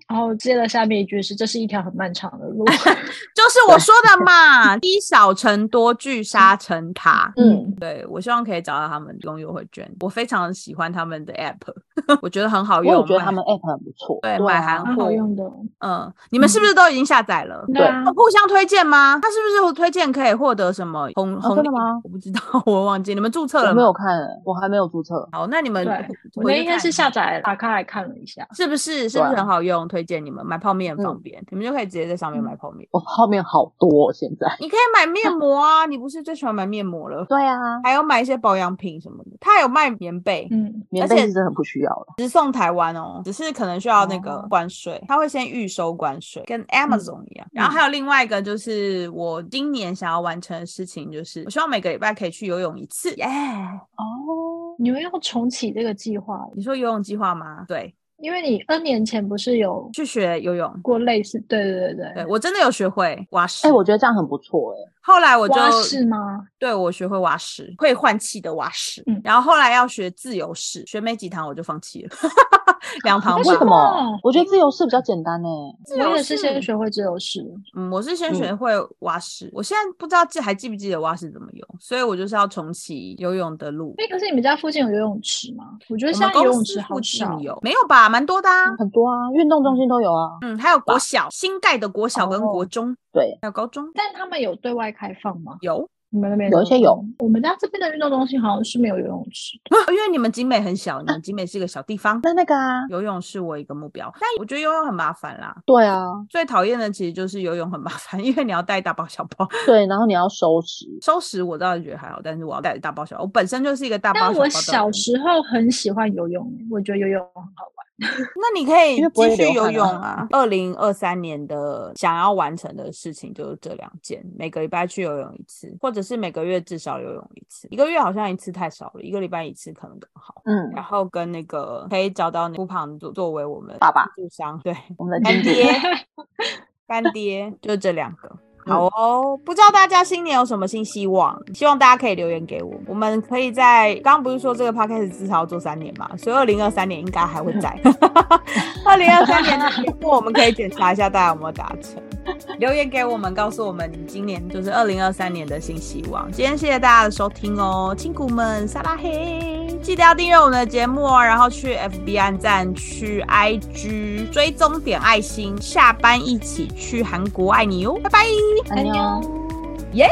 Speaker 3: 然后接了下面一句是：这是一条很漫长的
Speaker 1: (laughs)
Speaker 3: 路。
Speaker 1: 嗯就是我说的嘛，积少成多，聚沙成塔。
Speaker 2: 嗯，
Speaker 1: 对，我希望可以找到他们用优惠券，我非常喜欢他们的 app，我觉 (laughs) 得很好
Speaker 2: 我
Speaker 1: 用。
Speaker 2: 也觉得
Speaker 1: 买
Speaker 2: 他们 app 很不错。
Speaker 1: 对
Speaker 2: 对
Speaker 1: 买
Speaker 2: 啊
Speaker 1: 韩
Speaker 3: 蛮好
Speaker 1: 货
Speaker 3: 用的，哦
Speaker 1: 嗯，你们是不是都已经下载
Speaker 2: 嗯
Speaker 1: 了？
Speaker 3: 对啊
Speaker 1: 哦，互相推荐吗？他是不是推荐可以获得什么红
Speaker 2: 哦
Speaker 1: 红、
Speaker 2: 真的吗？
Speaker 1: 我不知道，我忘记你们注册
Speaker 2: 我
Speaker 1: 了
Speaker 2: 没
Speaker 1: 吗？
Speaker 2: 有看，欸我还没有注册。
Speaker 1: 好，那你们
Speaker 3: 对
Speaker 1: 回
Speaker 3: 我
Speaker 1: 回
Speaker 3: 那
Speaker 1: 去
Speaker 3: 一天
Speaker 1: 看
Speaker 3: 是下载打开来看了一下，
Speaker 1: 是不是是
Speaker 2: 对
Speaker 1: 不
Speaker 2: 啊
Speaker 1: 是很好用？推荐你们买泡面很方
Speaker 2: 嗯
Speaker 1: 便，你们就可以直接在上面
Speaker 3: 嗯
Speaker 1: 买泡面。
Speaker 2: 我泡面好多、哦，现在。
Speaker 1: 你可以买面膜啊，你不是最喜欢买面膜了？
Speaker 2: 嗯对啊，
Speaker 1: 还有买一些保养品什么的，他有卖棉被，
Speaker 3: 嗯，
Speaker 2: (laughs) 棉
Speaker 1: 而
Speaker 2: 被
Speaker 1: 且
Speaker 2: 是真的很不需要的。
Speaker 1: 直送台湾哦，只是可能需要那个
Speaker 3: 哦嗯
Speaker 1: 关税，它会先预收关税，跟 Amazon 一样。然后还有另外一个就是我今年想要完成的事情，就是我希望每个礼拜可以去游泳一次。耶、
Speaker 2: 哦，
Speaker 3: 你们要重启这个计划，
Speaker 1: 你说游泳计划吗？对，
Speaker 3: 因为你 N 年前不是有
Speaker 1: 去学游泳。
Speaker 3: 过类似，对对对对，
Speaker 1: 对我真的有学会蛙式，
Speaker 2: 哎、我觉得这样很不错哎、
Speaker 1: 后来我就
Speaker 3: 蛙式吗？
Speaker 1: 对我学会蛙式，会换气的蛙式。
Speaker 3: 嗯
Speaker 1: 然后后来要学自由式，学没几堂我就放弃
Speaker 3: (laughs)
Speaker 1: 了，两堂
Speaker 2: 为
Speaker 3: 为
Speaker 1: 吧
Speaker 2: 什
Speaker 3: 什
Speaker 2: 么
Speaker 3: 么？
Speaker 2: 我觉得自由式比较简单哎、
Speaker 1: 自由
Speaker 3: 我也是
Speaker 1: 式
Speaker 3: 先学会自由式，
Speaker 1: 嗯，我是先
Speaker 2: 嗯
Speaker 1: 学会蛙式，我现在不知道记还记不记得蛙式怎么游，所以我就是要重启游泳的路。
Speaker 3: 哎，可是你们家附近有游泳池吗？我觉得
Speaker 1: 我
Speaker 3: 现
Speaker 1: 们
Speaker 3: 在游
Speaker 1: 公
Speaker 3: 泳
Speaker 1: 司
Speaker 3: 池
Speaker 1: 附
Speaker 3: 好
Speaker 1: 近
Speaker 3: 少，
Speaker 1: 有没有吧？蛮多的啊。
Speaker 2: 很多啊，运动中心都有啊。
Speaker 1: 嗯，还有国小新盖的国小跟国
Speaker 2: 哦
Speaker 1: 中，
Speaker 2: 对，
Speaker 1: 还有高中
Speaker 3: 但他们有对外开放吗？
Speaker 1: 有， (laughs)
Speaker 3: 你们那边
Speaker 2: 有一些有
Speaker 3: 吗，我们家这边的运动中心好像是没有游泳池的，
Speaker 1: 因为你们景美很小，你们景美是一个小地方，
Speaker 2: 那那个啊，
Speaker 1: 游泳是我一个目标，但我觉得游泳很麻烦啦。
Speaker 2: 对啊，
Speaker 1: 最讨厌的其实就是游泳很麻烦， (laughs) 因为你要带大包小包。 (laughs)
Speaker 2: 对，然后你要收拾，
Speaker 1: 收拾我倒是觉得还好，但是我要带大包小包，我本身就是一个大包
Speaker 3: 但
Speaker 1: 小包
Speaker 3: 我
Speaker 1: 的
Speaker 3: 小
Speaker 1: 人
Speaker 3: 时候很喜欢游泳，我觉得游泳很好玩。
Speaker 1: 那你可以
Speaker 2: 因为不
Speaker 1: 继
Speaker 2: 会
Speaker 1: 续
Speaker 2: 流
Speaker 1: 游
Speaker 2: 汗啊
Speaker 1: 泳啊。二零二三年的想要完成的事情就是这两件，每个礼拜去游泳一次，或者是每个月至少游泳一次。一个月好像一次太少了，一个礼拜一次可能更好。
Speaker 2: 嗯
Speaker 1: 然，后跟那个可以找到你顾胖作作为我们
Speaker 2: 爸爸
Speaker 1: 赞助商，对，
Speaker 2: 我们的
Speaker 1: 干
Speaker 2: 经
Speaker 1: 爹
Speaker 2: 典。
Speaker 1: 干爹，就这两个。好哦，不知道大家新年有什么新希望？希望大家可以留言给我。我们可以在刚刚不是说这个 podcast 至少要做三年嘛，所以二零二三年应该还会在。 (laughs) 二零二三年的年末，我们可以检查一下大家有没有达成。留言给我们，告诉我们你今年就是二零二三年的新希望。今天谢谢大家的收听哦，亲骨们，撒拉嘿！记得要订阅我们的节目哦，然后去 FB 按赞，去 IG 追踪点爱哦心，下班一起去韩国爱你哟，拜拜。
Speaker 2: 安妞。
Speaker 1: 耶、